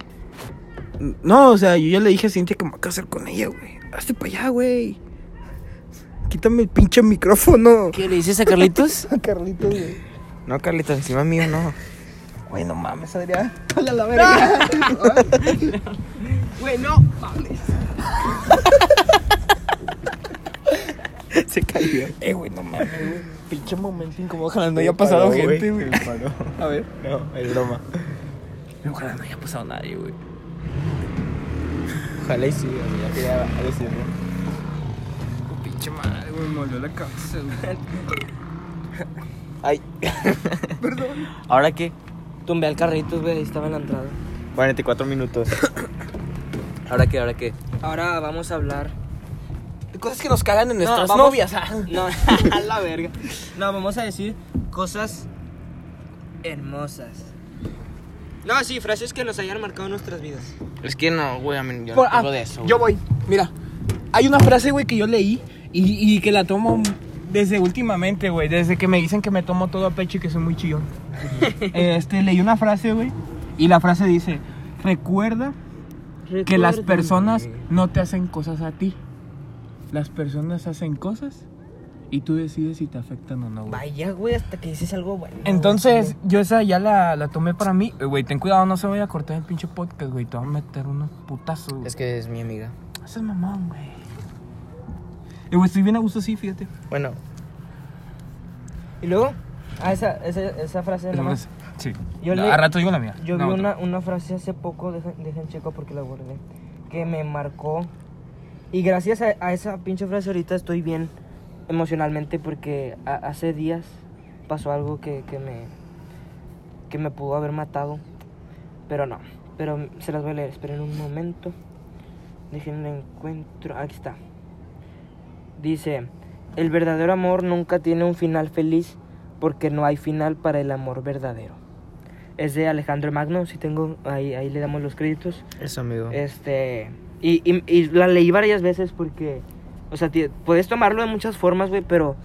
E: No, o sea, yo ya le dije a Cintia que me voy a casar con ella, güey. Hazte para allá, güey. Quítame el pinche micrófono.
C: ¿Qué le dices a Carlitos?
E: Carlitos, güey.
A: No, Carlitos, encima mío no.
E: Güey, no mames, Adrián. Hola, la verga.
A: Se cayó.
E: eh, güey, no mames, güey. Pinche momento incómodo. Ojalá no haya pasado gente, güey. A ver.
A: No, es broma.
E: Ojalá no haya pasado nadie, güey.
B: Ojalá y sí, güey, ya quería decirlo.
F: Pinche madre, güey, me molió la cabeza, güey.
B: Ay. ¿Ahora qué?
C: Tumbé al carrito, güey, ahí estaba en la entrada.
B: 44 minutos.
A: ¿Ahora qué? ¿Ahora qué?
C: Ahora vamos a hablar. ah.
A: Cosas que nos cagan en nuestras
C: vamos-
A: novias. ah.
C: No, a la verga. No, vamos a decir cosas hermosas. No, sí, frases que nos hayan marcado nuestras vidas.
A: Es que no, güey, a mí, yo
E: Por-
A: no tengo
E: ah,
A: de eso.
E: Yo voy. Mira, hay una frase, güey, que yo leí y, y que la tomo desde últimamente, güey. Desde que me dicen que me tomo todo a pecho y que soy muy chillón. este, leí una frase, güey, y la frase dice: Recuerda que las personas no te hacen cosas a ti. Las personas hacen cosas y tú decides si te afectan o no, güey.
C: Vaya, güey, hasta que dices algo bueno.
E: Entonces, yo esa ya la, la tomé para mí. Eh, Güey, ten cuidado, no se vaya a cortar el pinche podcast, güey. Te van a meter unos putazos, güey.
A: Es que es mi amiga.
E: Ese es mamón, güey. Eh, güey, estoy bien a gusto así, fíjate.
C: Bueno. Y luego, ah, esa, esa, esa frase
E: Esa
C: nomás.
E: frase. Sí.
C: Yo
E: No,
C: le-
E: a rato digo la mía.
C: Yo
E: No,
C: vi
E: otra.
C: una, una frase hace poco, dejen, dejen checo porque la guardé, que me marcó. Y gracias a, a esa pinche frase ahorita estoy bien emocionalmente porque a- hace días pasó algo que, que me que me pudo haber matado. Pero no, pero se las voy a leer, esperen un momento. Dejen el encuentro, aquí está. Dice, el verdadero amor nunca tiene un final feliz porque no hay final para el amor verdadero es de Alejandro Magno, si tengo, ahí, ahí le damos los créditos.
A: Eso, amigo.
C: Este, y, y- y la leí varias veces porque, o sea, ti- puedes tomarlo de muchas formas, güey, pero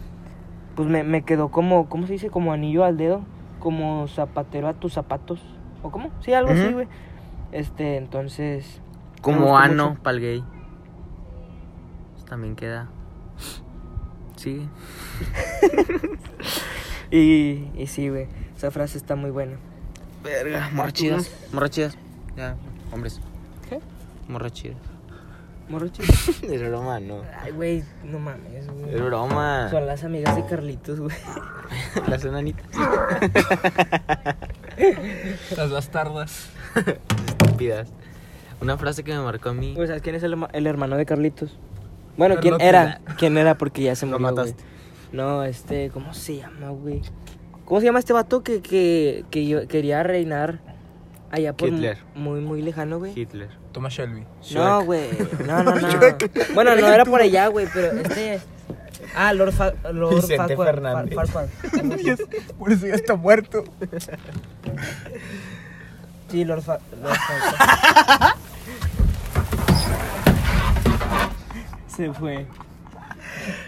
C: pues me, me quedó como, ¿cómo se dice? Como anillo al dedo, como zapatero a tus zapatos, ¿o cómo? Sí, algo así,
A: Ujú.
C: güey. Este, entonces, Me
A: Como
C: gusta
A: ano
C: mucho.
A: pa'l gay. Eso También queda. Sigue.
C: y, y sí, güey, esa frase está muy buena.
A: Verga,
C: morrachidas.
A: Morrachidas. Ya, hombres. ¿Qué? Morrachidas.
C: Morocho.
A: Es broma, no.
C: Ay, güey, no mames,
A: Es
C: güey.
A: broma.
C: Son las amigas de Carlitos, güey.
A: Las enanitas.
E: Las bastardas.
A: Estúpidas. Una frase que me marcó a mí.
C: O sea, ¿quién es el, herma- el hermano de Carlitos? Bueno, ¿quién
E: Carlota.
C: era? ¿Quién era? Porque ya se
A: Lo
C: murió,
A: mataste.
C: güey. No, este, ¿cómo se llama, güey? ¿Cómo se llama este vato que, que, que yo quería reinar allá por mu-
A: Hitler.
C: muy, muy lejano, güey?
A: Hitler.
E: Toma Shelby.
C: No, güey. No, no, no. bueno, no era por allá, güey, pero este... Ah, Lord, Fa Lord
E: Vicente
C: Farquaad,
E: Fernández.
C: Far- Farquaad.
E: Por eso ya está muerto.
C: Sí, Lord, Fa Lord Farquaad. Se fue.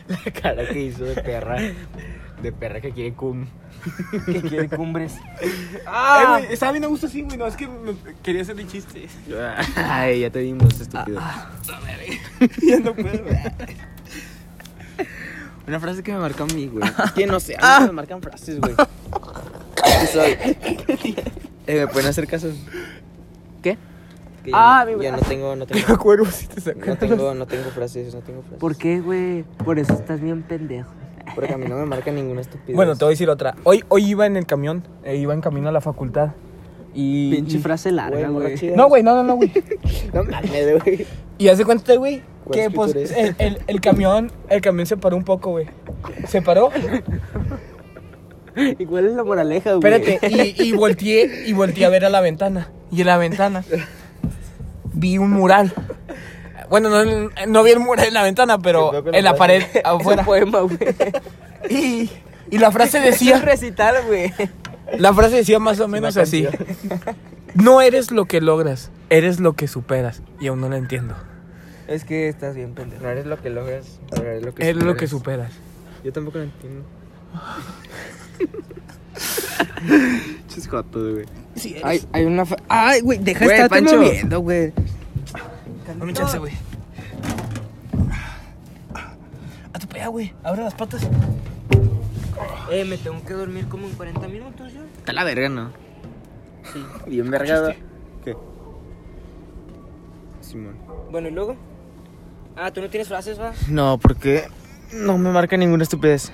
A: La cara que hizo de perra. De perra que quiere cum.
C: Que quiere cumbres.
E: Ah, güey, estaba bien a gusto así, güey. No, es que me- quería hacer el chiste.
A: Ay, ya te vimos, estúpido.
E: ya no puedo.
A: Una frase que me marcó a mí, güey. Ah. Es que no sé, a mí no me marcan frases, güey. Así soy. Eh, ¿Me pueden hacer caso? ¿Qué? Que yo
E: Ah,
A: no,
E: mi-
A: ya no tengo, no tengo,
E: Me acuerdo si te saco.
A: no tengo, no tengo frases, no tengo frases.
C: ¿Por qué, güey? Por eso estás bien pendejo.
A: Porque a mí no me marca ninguna estupidez.
E: Bueno, te voy a decir otra. Hoy, hoy iba en el camión, eh, iba en camino a la facultad. Y.
C: Pinche
E: y-
C: frase larga, güey.
E: No, güey, no, no, no, güey.
A: No mames, güey.
E: Y hace cuenta, güey,
A: ¿Cuál
E: que
A: escritura es?
E: pues el, el- el camión, el camión se paró un poco, güey. Se paró.
C: ¿Y cuál es la moraleja, güey?
E: Espérate, y, y volteé, y volteé a ver a la ventana. Y en la ventana vi un mural. Bueno, no, no vi el mural en la ventana,
A: Sí, creo
E: pero
A: que lo
E: en la pared
A: puedes-
E: afuera.
C: poema, güey.
E: Y, y la frase
C: Decía
E: decía,
C: recitar, güey.
E: la frase decía más o menos así. No eres lo que logras, eres lo que superas. Y aún no la entiendo.
C: Es que estás bien pendejo.
A: No eres lo que logras, pero eres lo que
E: Es lo que
A: superas.
E: superas.
A: Yo tampoco lo entiendo. Chiscotos, güey.
E: Ah,
C: Hay, hay una. fa- Ay, güey, deja
A: Güey,
C: estarte
A: Pancho.
C: moviendo, güey.
E: Dame chance, güey. A tu pea, güey. Abre las patas.
C: Eh, me tengo que dormir como en 40 minutos yo.
A: Está la verga, ¿no?
C: Sí.
A: Bien vergado. ¿Qué? Simón.
C: Bueno, ¿y luego? Ah, ¿tú no tienes frases, va?
A: No, porque no me marca ninguna estupidez.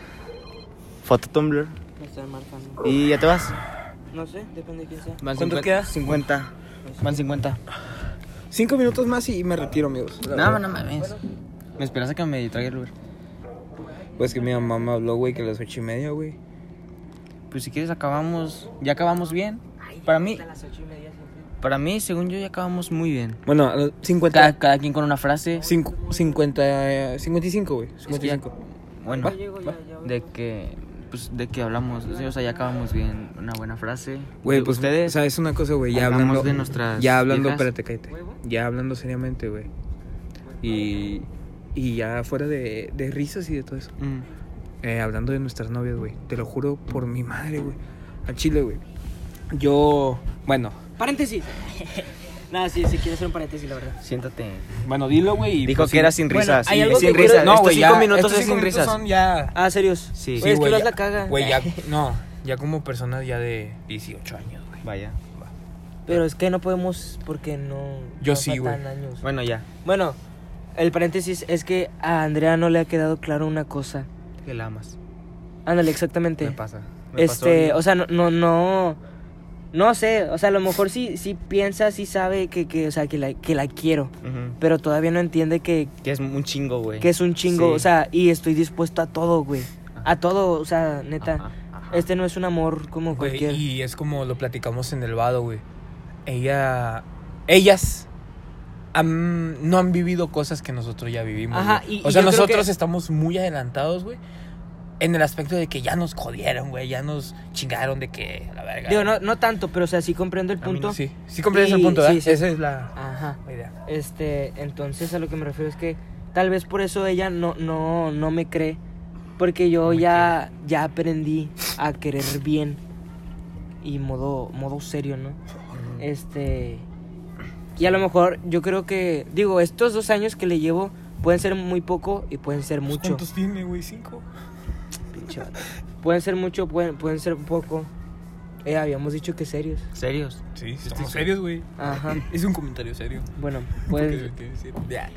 A: Foto Tumblr.
C: Me están marcando.
A: ¿Y ya te vas?
C: No sé, depende de quién sea.
A: Van
E: ¿Cuánto
A: cincuen-
E: queda?
A: 50. Van 50.
E: Cinco minutos más y me retiro, amigos. La
A: No,
E: verdad.
A: no mames. Me esperas a que me traiga el Uber.
E: Pues que mi mamá me habló, güey, que a las ocho y media, güey.
A: Pues si quieres acabamos, ya acabamos bien. Para mí, para mí, según yo, ya acabamos muy bien.
E: Bueno, a las
A: Cada,
E: cincuenta...
A: cada quien con una frase
E: Cinco, cincuenta... Cincuenta y cinco, güey. Cincuenta y
A: ya-
E: cinco.
A: bueno, de que, pues, de que hablamos, o sea, o sea, ya acabamos bien, una buena frase.
E: Güey,
A: De
E: pues
A: ustedes,
E: ustedes. ¿Sabes una cosa, güey? Ya
A: hablamos
E: hablando.
A: de nuestras
E: Ya hablando,
A: viejas.
E: espérate, cállate. Ya hablando seriamente, güey. Y. Y ya fuera de, de risas y de todo eso.
A: Mm.
E: Eh, hablando de nuestras novias, güey. Te lo juro por mi madre, güey. Al chile, güey. Yo. Bueno.
C: Paréntesis. Nada, sí, sí, quiero hacer un paréntesis, la verdad.
A: siéntate.
E: Bueno, dilo, güey. y
A: Dijo
E: pues,
A: que
E: sí.
A: era sin
C: Bueno,
A: risas.
C: hay
A: Sí,
C: algo
A: es sin
C: que quiero-
A: risas.
E: No,
A: estos
E: güey, ya.
A: cinco minutos
E: estos
A: es
E: cinco
A: sin
E: minutos
A: risas.
E: son ya.
C: Ah, serios.
A: Sí.
C: Güey, es que
E: güey,
C: Ulas
E: ya-
C: la caga.
E: Güey, ya. No, ya como personas ya de 18 años, güey.
A: Vaya.
C: Pero es que no podemos porque no.
E: Yo
C: no
E: sí,
C: faltan
E: güey.
C: años. Bueno.
A: Bueno, ya.
C: el paréntesis es que a Andrea no le ha quedado claro una cosa.
A: Que la amas.
C: Ándale, exactamente.
G: Me pasa.
A: Me pasó
C: Este,
A: el-
C: o sea, no, no, no, no sé, o sea, a lo mejor sí, sí piensa, sí sabe que, que o sea, que la, que la quiero,
A: Ujú.
C: pero todavía no entiende que,
A: Que es un chingo, güey.
C: que es un chingo,
A: Sí.
C: o sea, y estoy dispuesto a todo, güey, a todo, o sea, neta,
A: Ajá, ajá.
C: este no es un amor como
E: Güey,
C: cualquier.
E: y es como lo platicamos en el vado, güey. Ella. Ellas. han- no han vivido cosas que nosotros ya vivimos.
C: Ajá,
E: güey.
C: y-
E: o
C: y
E: sea,
C: yo creo
E: nosotros
C: que-
E: estamos muy adelantados, güey. En el aspecto de que ya nos jodieron, güey. Ya nos chingaron de que. La verga.
C: Digo, no, no tanto, pero o sea, sí comprendo el
E: A mí
C: punto.
E: no- Sí, sí comprendes
C: Y-
E: el punto, ¿verdad?
C: sí, sí.
E: Esa es la,
C: Ajá.
E: la idea.
C: Este, entonces a lo que me refiero es que tal vez por eso ella no, no, no me cree. Porque yo ya, ya aprendí a querer bien. Y modo, modo serio, ¿no? Este. Y a lo mejor yo creo que. Digo, estos dos años que le llevo pueden ser muy poco y pueden
B: Pues,
C: ser mucho.
E: ¿Cuántos tiene, güey? ¿Cinco?
C: Pinche vato. Pueden ser mucho, pueden, pueden ser poco. Eh, habíamos dicho que serios.
A: ¿Serios?
E: Sí, somos serios, güey.
C: Ajá.
E: Es un comentario serio.
C: Bueno, pues,
E: Porque
C: pueden,
E: lo que decir. Ya.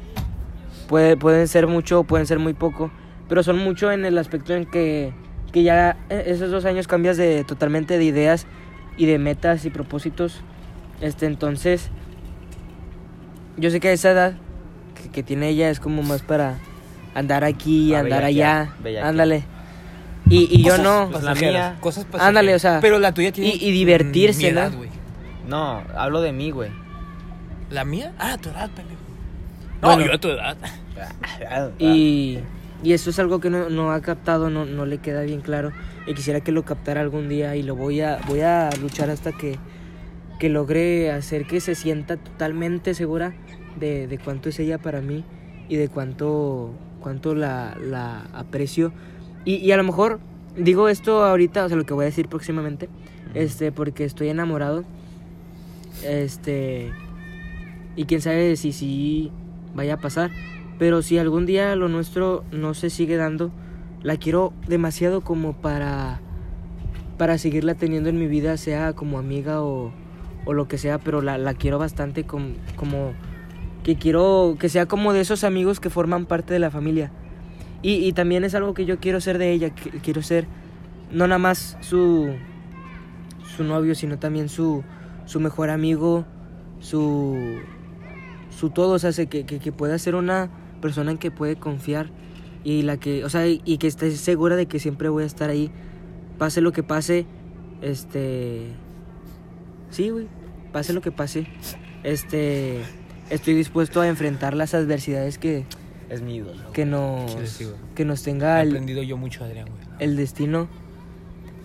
C: Puede, pueden ser mucho o pueden ser muy poco. Pero son mucho en el aspecto en que, que ya eh, esos dos años cambias de totalmente de ideas y de metas y propósitos. Este, entonces, yo sé que esa edad que, que tiene ella es como más para andar aquí,
A: Ah,
C: andar
A: bellaquear,
C: allá.
A: bellaquear.
C: Ándale. Y, y yo no.
A: pues, la mía.
E: Cosas pasajeras.
C: Ándale, o sea,
E: Pero la tuya tiene. mm,
C: y- y divertirse,
E: mi edad,
C: ¿no?
E: güey.
A: No, hablo de mí, güey.
E: ¿La mía? Ah, tu edad, pendejo. No, yo a tu edad.
C: Y, y eso es algo que no, no ha captado, no, no le queda bien claro. Y quisiera que lo captara algún día y lo voy a, voy a luchar hasta que, que logre hacer que se sienta totalmente segura de, de cuánto es ella para mí y de cuánto, cuánto la, la aprecio. Y, y a lo mejor digo esto ahorita, o sea, lo que voy a decir próximamente, este, porque estoy enamorado. Este. Y quién sabe si sí vaya a pasar. Pero si algún día lo nuestro no se sigue dando, la quiero demasiado como para. para seguirla teniendo en mi vida, sea como amiga o, o lo que sea, pero la, la quiero bastante com- como. que quiero que sea como de esos amigos que forman parte de la familia. Y, y también es algo que yo quiero ser de ella, que- quiero ser no nada más su, su novio, sino también su, su mejor amigo, su, su todo, o sea, se- que, que, que pueda ser una persona en que puede confiar y la que, o sea, y, y que esté segura de que siempre voy a estar ahí, pase lo que pase, este, sí, güey, pase lo que pase, este, estoy dispuesto a enfrentar las adversidades que,
A: Es mi ídolo.
C: que nos,
E: Chile, sí, güey.
C: que nos
E: He
C: tenga el,
E: aprendido yo mucho, Adrián, güey.
C: el destino.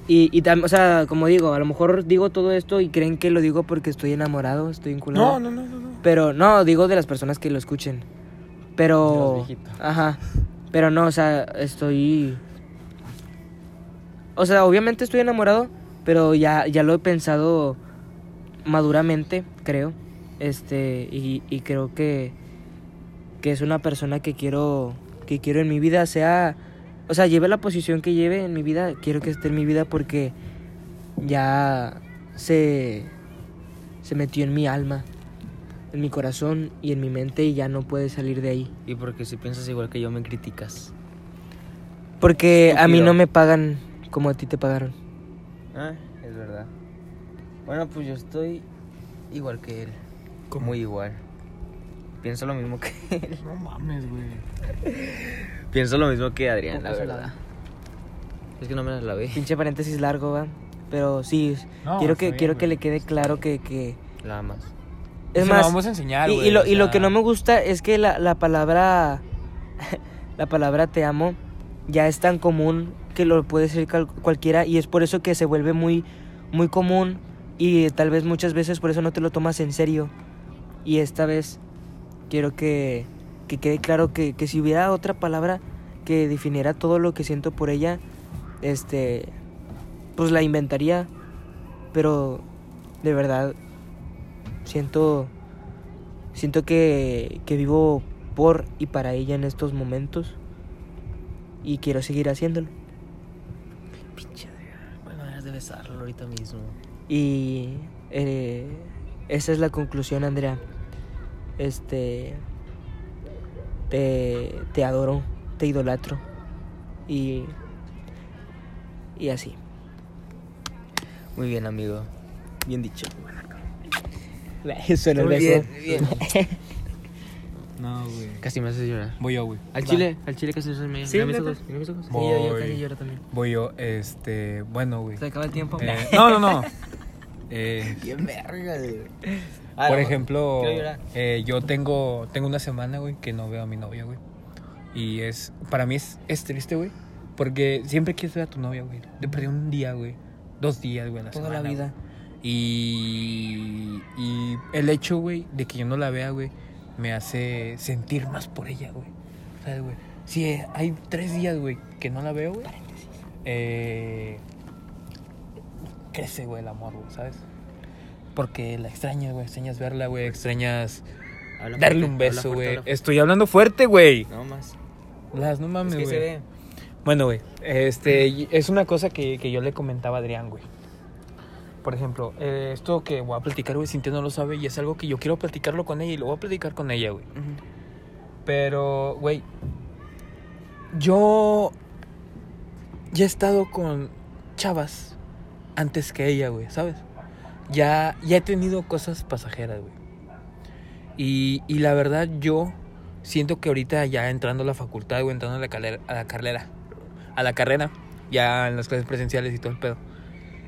C: Y, y tam- o sea, como digo, a lo mejor digo todo esto y creen que lo digo porque estoy enamorado, estoy vinculado.
E: No, no, no, no. no.
C: Pero no, digo de las personas que lo escuchen.
A: De
C: Pero.
A: los viejitos.
C: Ajá. Pero no, o sea, estoy. O sea, obviamente estoy enamorado, pero ya, ya lo he pensado maduramente, creo. Este, y, y creo que. Que es una persona que quiero. Que quiero en mi vida, sea. O sea, lleve la posición que lleve en mi vida, quiero que esté en mi vida porque. Ya. Se. Se metió en mi alma en mi corazón y en mi mente y ya no puede salir de ahí.
A: Y porque si piensas igual que yo, me criticas.
C: Porque a mí
A: Estúpido.
C: no me pagan como a ti te pagaron.
A: Ah, es verdad. Bueno, pues yo estoy igual que él. Muy igual.
H: pienso lo mismo que él.
B: No mames, güey.
H: Pienso lo mismo que Adrián, la verdad.
A: Es que no me las lavé.
C: Pinche paréntesis largo, va. Pero sí,
E: No,
C: quiero,
E: está
C: que,
E: bien,
C: quiero que
E: güey.
C: le quede claro que... que...
A: Nada más.
C: Es
E: Se lo
C: más,
E: vamos a enseñar,
C: y, y
E: güey,
C: lo,
E: o
C: y lo
E: sea.
C: que no me gusta es que la, la palabra... la palabra te amo ya es tan común que lo puede decir cal- cualquiera y es por eso que se vuelve muy, muy común y tal vez muchas veces por eso no te lo tomas en serio. Y esta vez quiero que, que quede claro que, que si hubiera otra palabra que definiera todo lo que siento por ella, este, pues la inventaría. Pero de verdad siento, siento que, que vivo por y para ella en estos momentos y quiero seguir haciéndolo.
A: Pinche Adrián. Bueno, dejas de besarlo ahorita mismo.
C: Y eh, esa es la conclusión, Andrea. Este. Te, te adoro, te idolatro. Y. Y así.
A: Muy bien, amigo.
B: Bien dicho.
C: Eso
B: No, güey.
A: Casi me haces llorar.
E: Voy yo, güey.
A: Al chile, al chile casi se me.
C: Sí,
A: Mira mis
C: neta.
A: ojos, mira mis ojos.
C: Sí, yo, yo casi
E: Voy.
C: lloro también.
E: Voy yo, este. Bueno, güey.
C: Se acaba el tiempo.
E: Eh, no, no, no. Eh,
A: Ah,
E: por ejemplo,
A: quiero llorar.
E: eh, yo tengo, tengo una semana, güey, que no veo a mi novia, güey. Y es, para mí es, es triste, güey. Porque siempre quieres ver a tu novia, güey. Te perdí un día, güey. Dos días, güey. a La
C: Toda
E: semana,
C: la
E: güey.
C: vida.
E: Y, y el hecho, güey, de que yo no la vea, güey, me hace sentir más por ella, güey. ¿Sabes, güey? Si eh, hay tres días, güey, que no la veo, güey. eh, crece, güey, el amor, güey, ¿sabes? Porque la extrañas, güey. Extrañas verla, güey. Extrañas
A: Habla
E: darle
A: fuerte,
E: un
A: habla
E: beso,
A: fuerte,
E: güey.
A: habla fuerte.
E: Estoy hablando fuerte, güey.
A: No más.
E: Las, no mames,
A: Es
E: güey.
A: que se ve.
E: Bueno, güey, este, y- es una cosa que, que yo le comentaba a Adrián, güey. Por ejemplo, eh, esto que voy a platicar, güey, Cintia no lo sabe y es algo que yo quiero platicarlo con ella y lo voy a platicar con ella, güey. Pero, güey, yo ya he estado con chavas antes que ella, güey, ¿sabes? Ya, ya he tenido cosas pasajeras, güey. Y, y la verdad, yo siento que ahorita ya entrando a la facultad, güey, entrando a la carrera, a la carrera, a la carrera, ya en las clases presenciales y todo el pedo.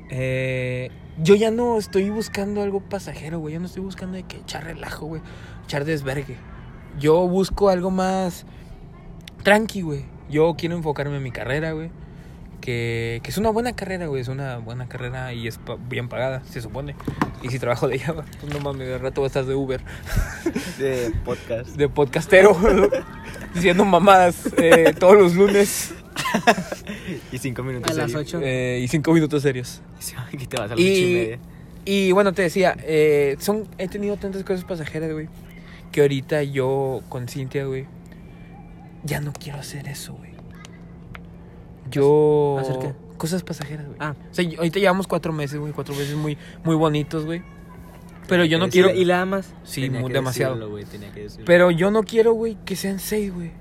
E: eh, yo ya no estoy buscando algo pasajero, güey. Yo no estoy buscando de que echar relajo, güey. Echar desvergue. Yo busco algo más tranqui, güey. Yo quiero enfocarme en mi carrera, güey. Que, que es una buena carrera, güey. Es una buena carrera y es pa- bien pagada, se supone. Y si trabajo de ella, pues no mames, al rato va a estar de Uber
H: De podcast.
E: de podcastero diciendo mamadas eh, todos los lunes
H: Y cinco minutos.
C: A las
H: serios.
C: 8.
E: eh, y cinco minutos serios.
A: Sí, Aquí te vas a la ocho y
E: Y,
A: media.
E: y bueno, te decía, eh, son, he tenido tantas cosas pasajeras, güey, que ahorita yo con Cintia, güey, ya no quiero hacer eso, güey. Yo...
C: ¿Hacer qué?
E: Cosas pasajeras, güey.
C: Ah.
E: O sea, y- ahorita llevamos cuatro meses, güey, cuatro meses muy, muy bonitos, güey. Pero yo no
C: ¿Y
E: quiero...
C: la- ¿Y la amas?
E: Sí,
A: Tenía
E: muy,
A: que
E: demasiado.
A: decirlo, güey, tenía que decirlo.
E: Pero yo no quiero, güey, que sean seis, güey.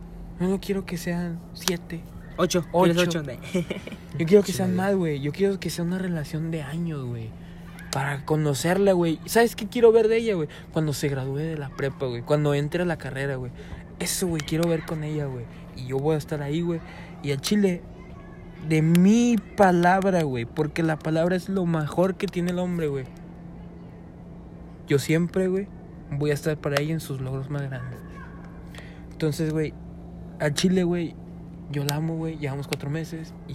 E: Yo no quiero que sean siete.
C: 8.
E: Ocho.
C: 8.
E: Yo quiero que sean más, güey. Yo quiero que sea una relación de años, güey. Para conocerla, güey. ¿Sabes qué quiero ver de ella, güey? Cuando se gradúe de la prepa, güey. Cuando entre a la carrera, güey. Eso, güey, quiero ver con ella, güey. Y yo voy a estar ahí, güey. Y a Chile, de mi palabra, güey. Porque la palabra es lo mejor que tiene el hombre, güey. Yo siempre, güey, voy a estar para ella en sus logros más grandes. Entonces, güey, a Chile, güey, yo la amo, güey. Llevamos cuatro meses y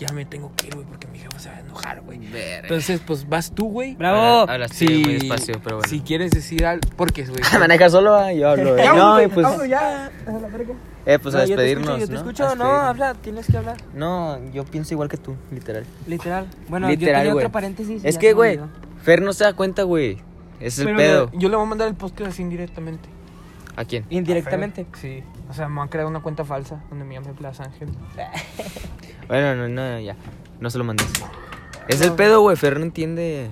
E: ya me tengo que ir, güey, porque mi jefa se va a enojar, güey.
A: Ver.
E: Entonces, pues vas tú, güey.
A: Habla- Hablaste
E: Sí.
A: muy despacio, pero bueno.
E: Si quieres decir algo, porque, güey.
H: Maneja solo, ah, yo hablo. eh. No, y pues.
C: ya.
H: Eh, pues a
C: yo te escucho,
H: despedirnos.
C: yo te
H: ¿no?
C: escucho.
H: A
C: No,
H: despedirnos.
C: habla, tienes que hablar.
H: No, yo pienso igual que tú, literal.
C: Literal. Bueno, yo
H: Literal,
C: tenía
H: güey.
C: otro paréntesis. y
H: Es
C: ya
H: que,
C: se me
H: güey,
C: olvidó.
H: Fer no se da cuenta, güey. Es el
E: Pero
H: pedo.
E: Yo le voy a mandar el podcast así indirectamente.
A: ¿A quién?
C: Indirectamente.
E: Sí. O sea, me van a crear una cuenta falsa donde me llame Plaza Ángel.
A: Bueno, no, no, ya. No se lo mandes. Es el pedo, güey. Fer no entiende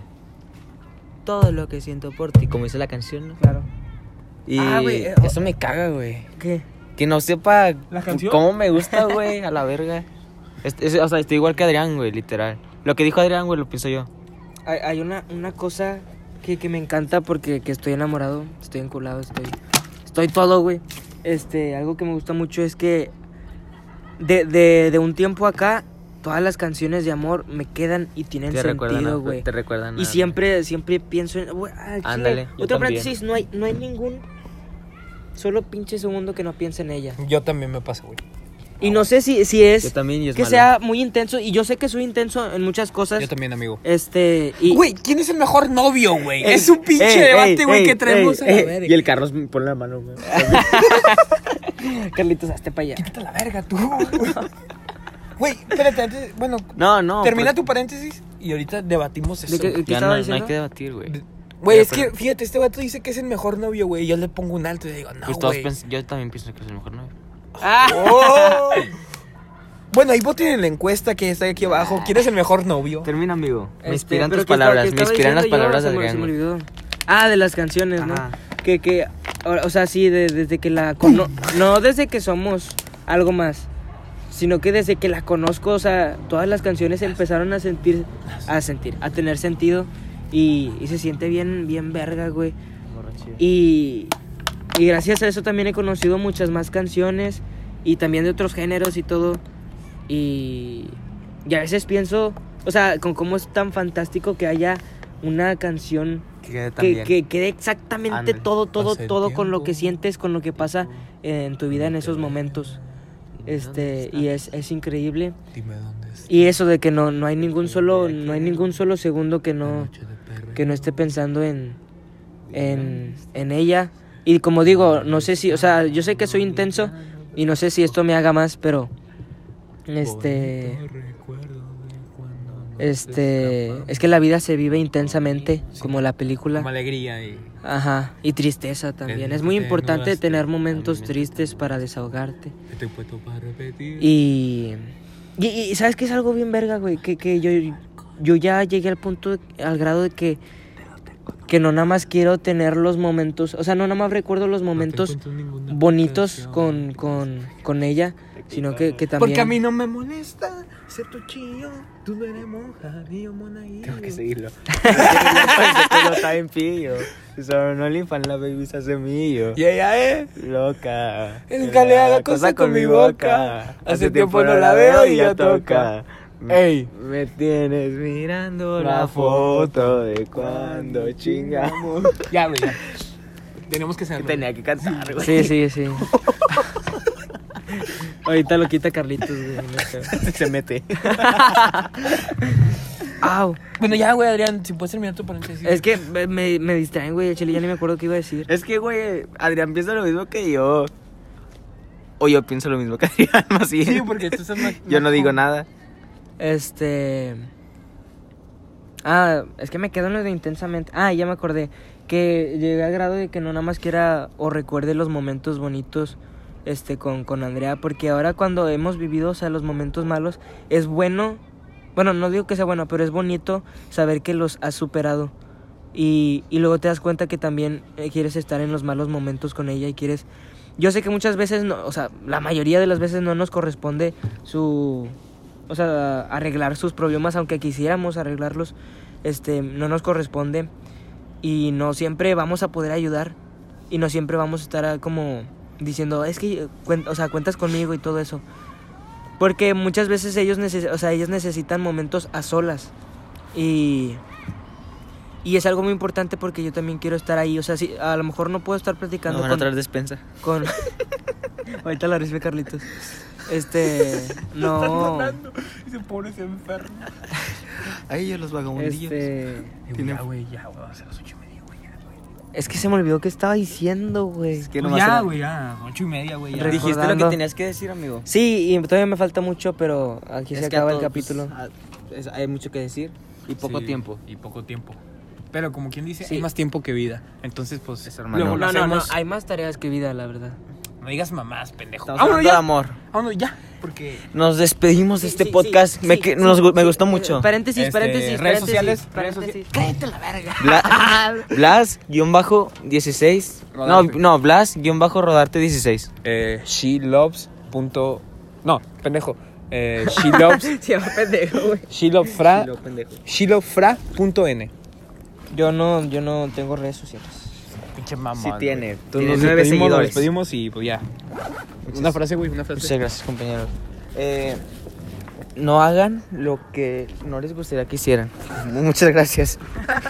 A: todo lo que siento por ti, como dice la canción, ¿no?
C: Claro.
A: Y
C: Ah, güey, eh,
A: eso me caga, güey.
C: ¿Qué?
A: Que no sepa
E: ¿La canción?
A: cómo me gusta, güey, a la verga. Es- es- o sea, estoy igual que Adrián, güey, literal. Lo que dijo Adrián, güey, lo pienso yo.
C: Hay, hay una, una cosa que, que me encanta porque que estoy enamorado, estoy enculado, estoy, estoy todo, güey. Este, algo que me gusta mucho es que de, de, de un tiempo acá, todas las canciones de amor me quedan y tienen
B: Te recuerdan,
C: sentido,
B: a-
C: güey.
B: te recuerdan.
C: Y
B: a-
C: siempre, siempre pienso en. güey, ah, chile,
B: Ándale, yo
C: Otro
B: también.
C: paréntesis, no hay, no hay ningún. Solo pinche segundo que no piensa en ella.
E: Yo también me pasa, güey.
C: Y no sé si, si es.
B: Ah, Yo también y es
C: que
B: malo.
C: sea muy intenso. Y yo sé que soy intenso en muchas cosas.
E: Yo también, amigo.
C: Este. Y,
E: Güey, ¿quién es el mejor novio, güey?
A: Ey,
E: es un pinche
A: ey, ey,
E: debate, güey,
A: ey,
E: que traemos
A: ey,
E: a la
A: ey.
E: verga.
A: Y el Carlos pone la mano, güey.
C: Carlitos, hazte para allá.
E: Quítate la verga, tú. Güey, espérate, antes, bueno,
B: No, no.
E: termina
B: pues,
E: tu paréntesis y ahorita debatimos
C: ¿De
E: eso.
C: qué, qué
B: Ya
C: estaba
B: no, no hay
C: diciendo? Pues,
B: que debatir, güey.
E: Güey,
B: Ya,
E: es que,
B: pero-
E: fíjate, este vato dice que es el mejor novio, güey. Yo le pongo un alto y le digo, no,
B: Pues todos
E: güey.
B: pens- yo también pienso que es el mejor novio.
C: Ah,
E: ¡Oh! bueno, ahí voten en la encuesta que está aquí abajo. ¿Quién es el mejor novio?
B: Termina, amigo. Me
C: Este,
B: inspiran
C: pero
B: tus
C: ¿qué estaba- qué
B: palabras, me
C: estaba
B: inspiran las
C: diciendo yo?
B: palabras de
C: Se me- se me
B: Adrián.
C: olvidó. Ah, de las canciones,
B: Ajá.
C: ¿no? Que, que, o o sea, sí, de- desde que la... cono- no desde que somos algo más, sino que desde que la conozco, o sea, todas las canciones empezaron a sentir, a sentir, a tener sentido y, y se siente bien, bien verga, güey. Y, y gracias a eso también he conocido muchas más canciones y también de otros géneros y todo. Y, y a veces pienso, o sea, con cómo es tan fantástico que haya una canción
B: Que
C: que,
B: también.
C: que quede exactamente
B: Ándale.
C: todo, todo,
E: Hace
C: todo con lo que
E: tiempo.
C: sientes, con lo que pasa en tu vida en esos momentos. Este, y es, es increíble.
E: Dime dónde está.
C: Y eso de que no, no hay ningún solo, no hay ningún solo segundo que no,
E: Noche de perro.
C: que no esté pensando en, en, en ella. Y como digo, no sé si, o sea, yo sé que soy intenso y no sé si esto me haga más, pero este, este, es que la vida se vive intensamente, como la
E: Como
C: película.
E: alegría y...
C: Ajá, y tristeza también. Es muy importante tener momentos tristes para desahogarte.
E: Estoy puesto para repetir.
C: Y, y, y ¿sabes qué es algo bien verga, güey? Que, que yo, yo ya llegué al punto, de- al grado de que, que no nada más quiero tener los momentos, o sea, no nada más recuerdo los momentos bonitos con, con, con ella, sino que, que también...
E: Porque a mí no me molesta ser tu chillo. Tú no eres monja, ni yo monaguillo.
A: Tengo que seguirlo. Lo está en pillo. Solo no le infan la baby se hace mío.
E: Y ella es.
A: Loca.
E: Nunca le haga cosa con mi boca. Hace tiempo no la veo y ya toca.
A: Me-
E: Ey.
A: Me tienes mirando la foto de cuando chingamos.
E: Ya, güey. ya. Tenemos que ser.
A: Tenía que cantar, güey.
C: Sí, sí, sí. Ahorita lo quita Carlitos, güey.
A: Se mete.
C: Au.
E: Bueno, ya, güey, Adrián, si puedes terminar tu paréntesis.
C: Es que me, me distraen, güey, el chile, ya ni me acuerdo qué iba a decir.
A: Es que, güey, Adrián piensa lo mismo que yo. O yo pienso lo mismo que Adrián, más bien.
E: Sí, pues, porque tú estás más.
A: Yo no digo nada.
C: Este. Ah, es que me quedo en lo de intensamente. Ah, ya me acordé. Que llegué al grado de que no nada más quiera o recuerde los momentos bonitos este con, con Andrea. Porque ahora cuando hemos vivido, o sea, los momentos malos, es bueno. Bueno, no digo que sea bueno, pero es bonito saber que los has superado. Y, y luego te das cuenta que también eh, quieres estar en los malos momentos con ella y quieres... Yo sé que muchas veces, no, o sea, la mayoría de las veces no nos corresponde su... O sea, arreglar sus problemas, aunque quisiéramos arreglarlos, este, no nos corresponde. Y no siempre vamos a poder ayudar. Y no siempre vamos a estar ah, como diciendo, es que, eh, cuen- o sea, cuentas conmigo y todo eso. Porque muchas veces ellos, neces- o sea, ellos necesitan momentos a solas. Y... Y es algo muy importante porque yo también quiero estar ahí. O sea, sí, a lo mejor no puedo estar platicando
A: No van a
C: con,
A: traer despensa.
C: con... Ahorita la recibe Carlitos. Este... No...
E: Ese pobre se enferma.
A: Ahí yo los vagabundillos.
C: Este...
E: Ya, güey, ya, güey, va a ser las ocho y media, güey. ya, güey.
C: Es que se me olvidó que estaba diciendo, güey.
A: Es que
E: Pues
A: nomás
E: Ya,
A: era-
E: güey, ya. Ocho y media, güey, ya.
C: Re-
B: Dijiste lo que
C: Recordando.
B: tenías que decir, amigo.
C: Sí, y todavía me falta mucho, pero aquí se
B: Es que a
C: acaba el
B: todos, pues,
C: capítulo.
B: a- es- hay mucho que decir y poco
E: Sí,
B: tiempo.
E: Y poco tiempo. Pero como quien dice,
C: Sí.
E: hay más tiempo que vida. Entonces, pues,
B: Es hermano.
E: luego lo
C: no, no, no,
E: hacemos.
C: hay más tareas que vida, la verdad.
E: No digas mamás, pendejo.
B: Estamos
E: Vámonos
B: hablando de
E: ¡Ah, ya.
B: amor.
E: Vámonos ya. Porque
A: Nos despedimos de
C: Sí,
A: este
C: sí,
A: podcast.
C: sí,
A: me,
C: sí,
A: que-
C: sí,
A: nos gu- me
C: sí.
A: gustó
C: Eh,
A: mucho.
C: Paréntesis,
E: Este,
C: paréntesis,
E: redes
C: paréntesis,
E: sociales, redes
C: paréntesis.
A: Bla- Blas, guión bajo 16. No,
E: Rodarte.
A: no, Blas, guión bajo rodarte 16.
E: eh, she loves. Punto... No, pendejo. Eh, she loves.
C: Sí, pendejo, güey.
E: she loves fra. She loves fra punto N.
C: Yo no, yo no tengo redes sociales.
B: Pinche mamón.
D: Sí tiene.
E: Entonces,
D: Tiene
E: nos
D: nueve
E: despedimos, nos
D: seguidores.
E: despedimos y pues ya.
B: güey. Una frase, güey, una frase.
A: Muchas gracias, compañeros. Eh, no hagan lo que no les gustaría que hicieran. Muchas gracias.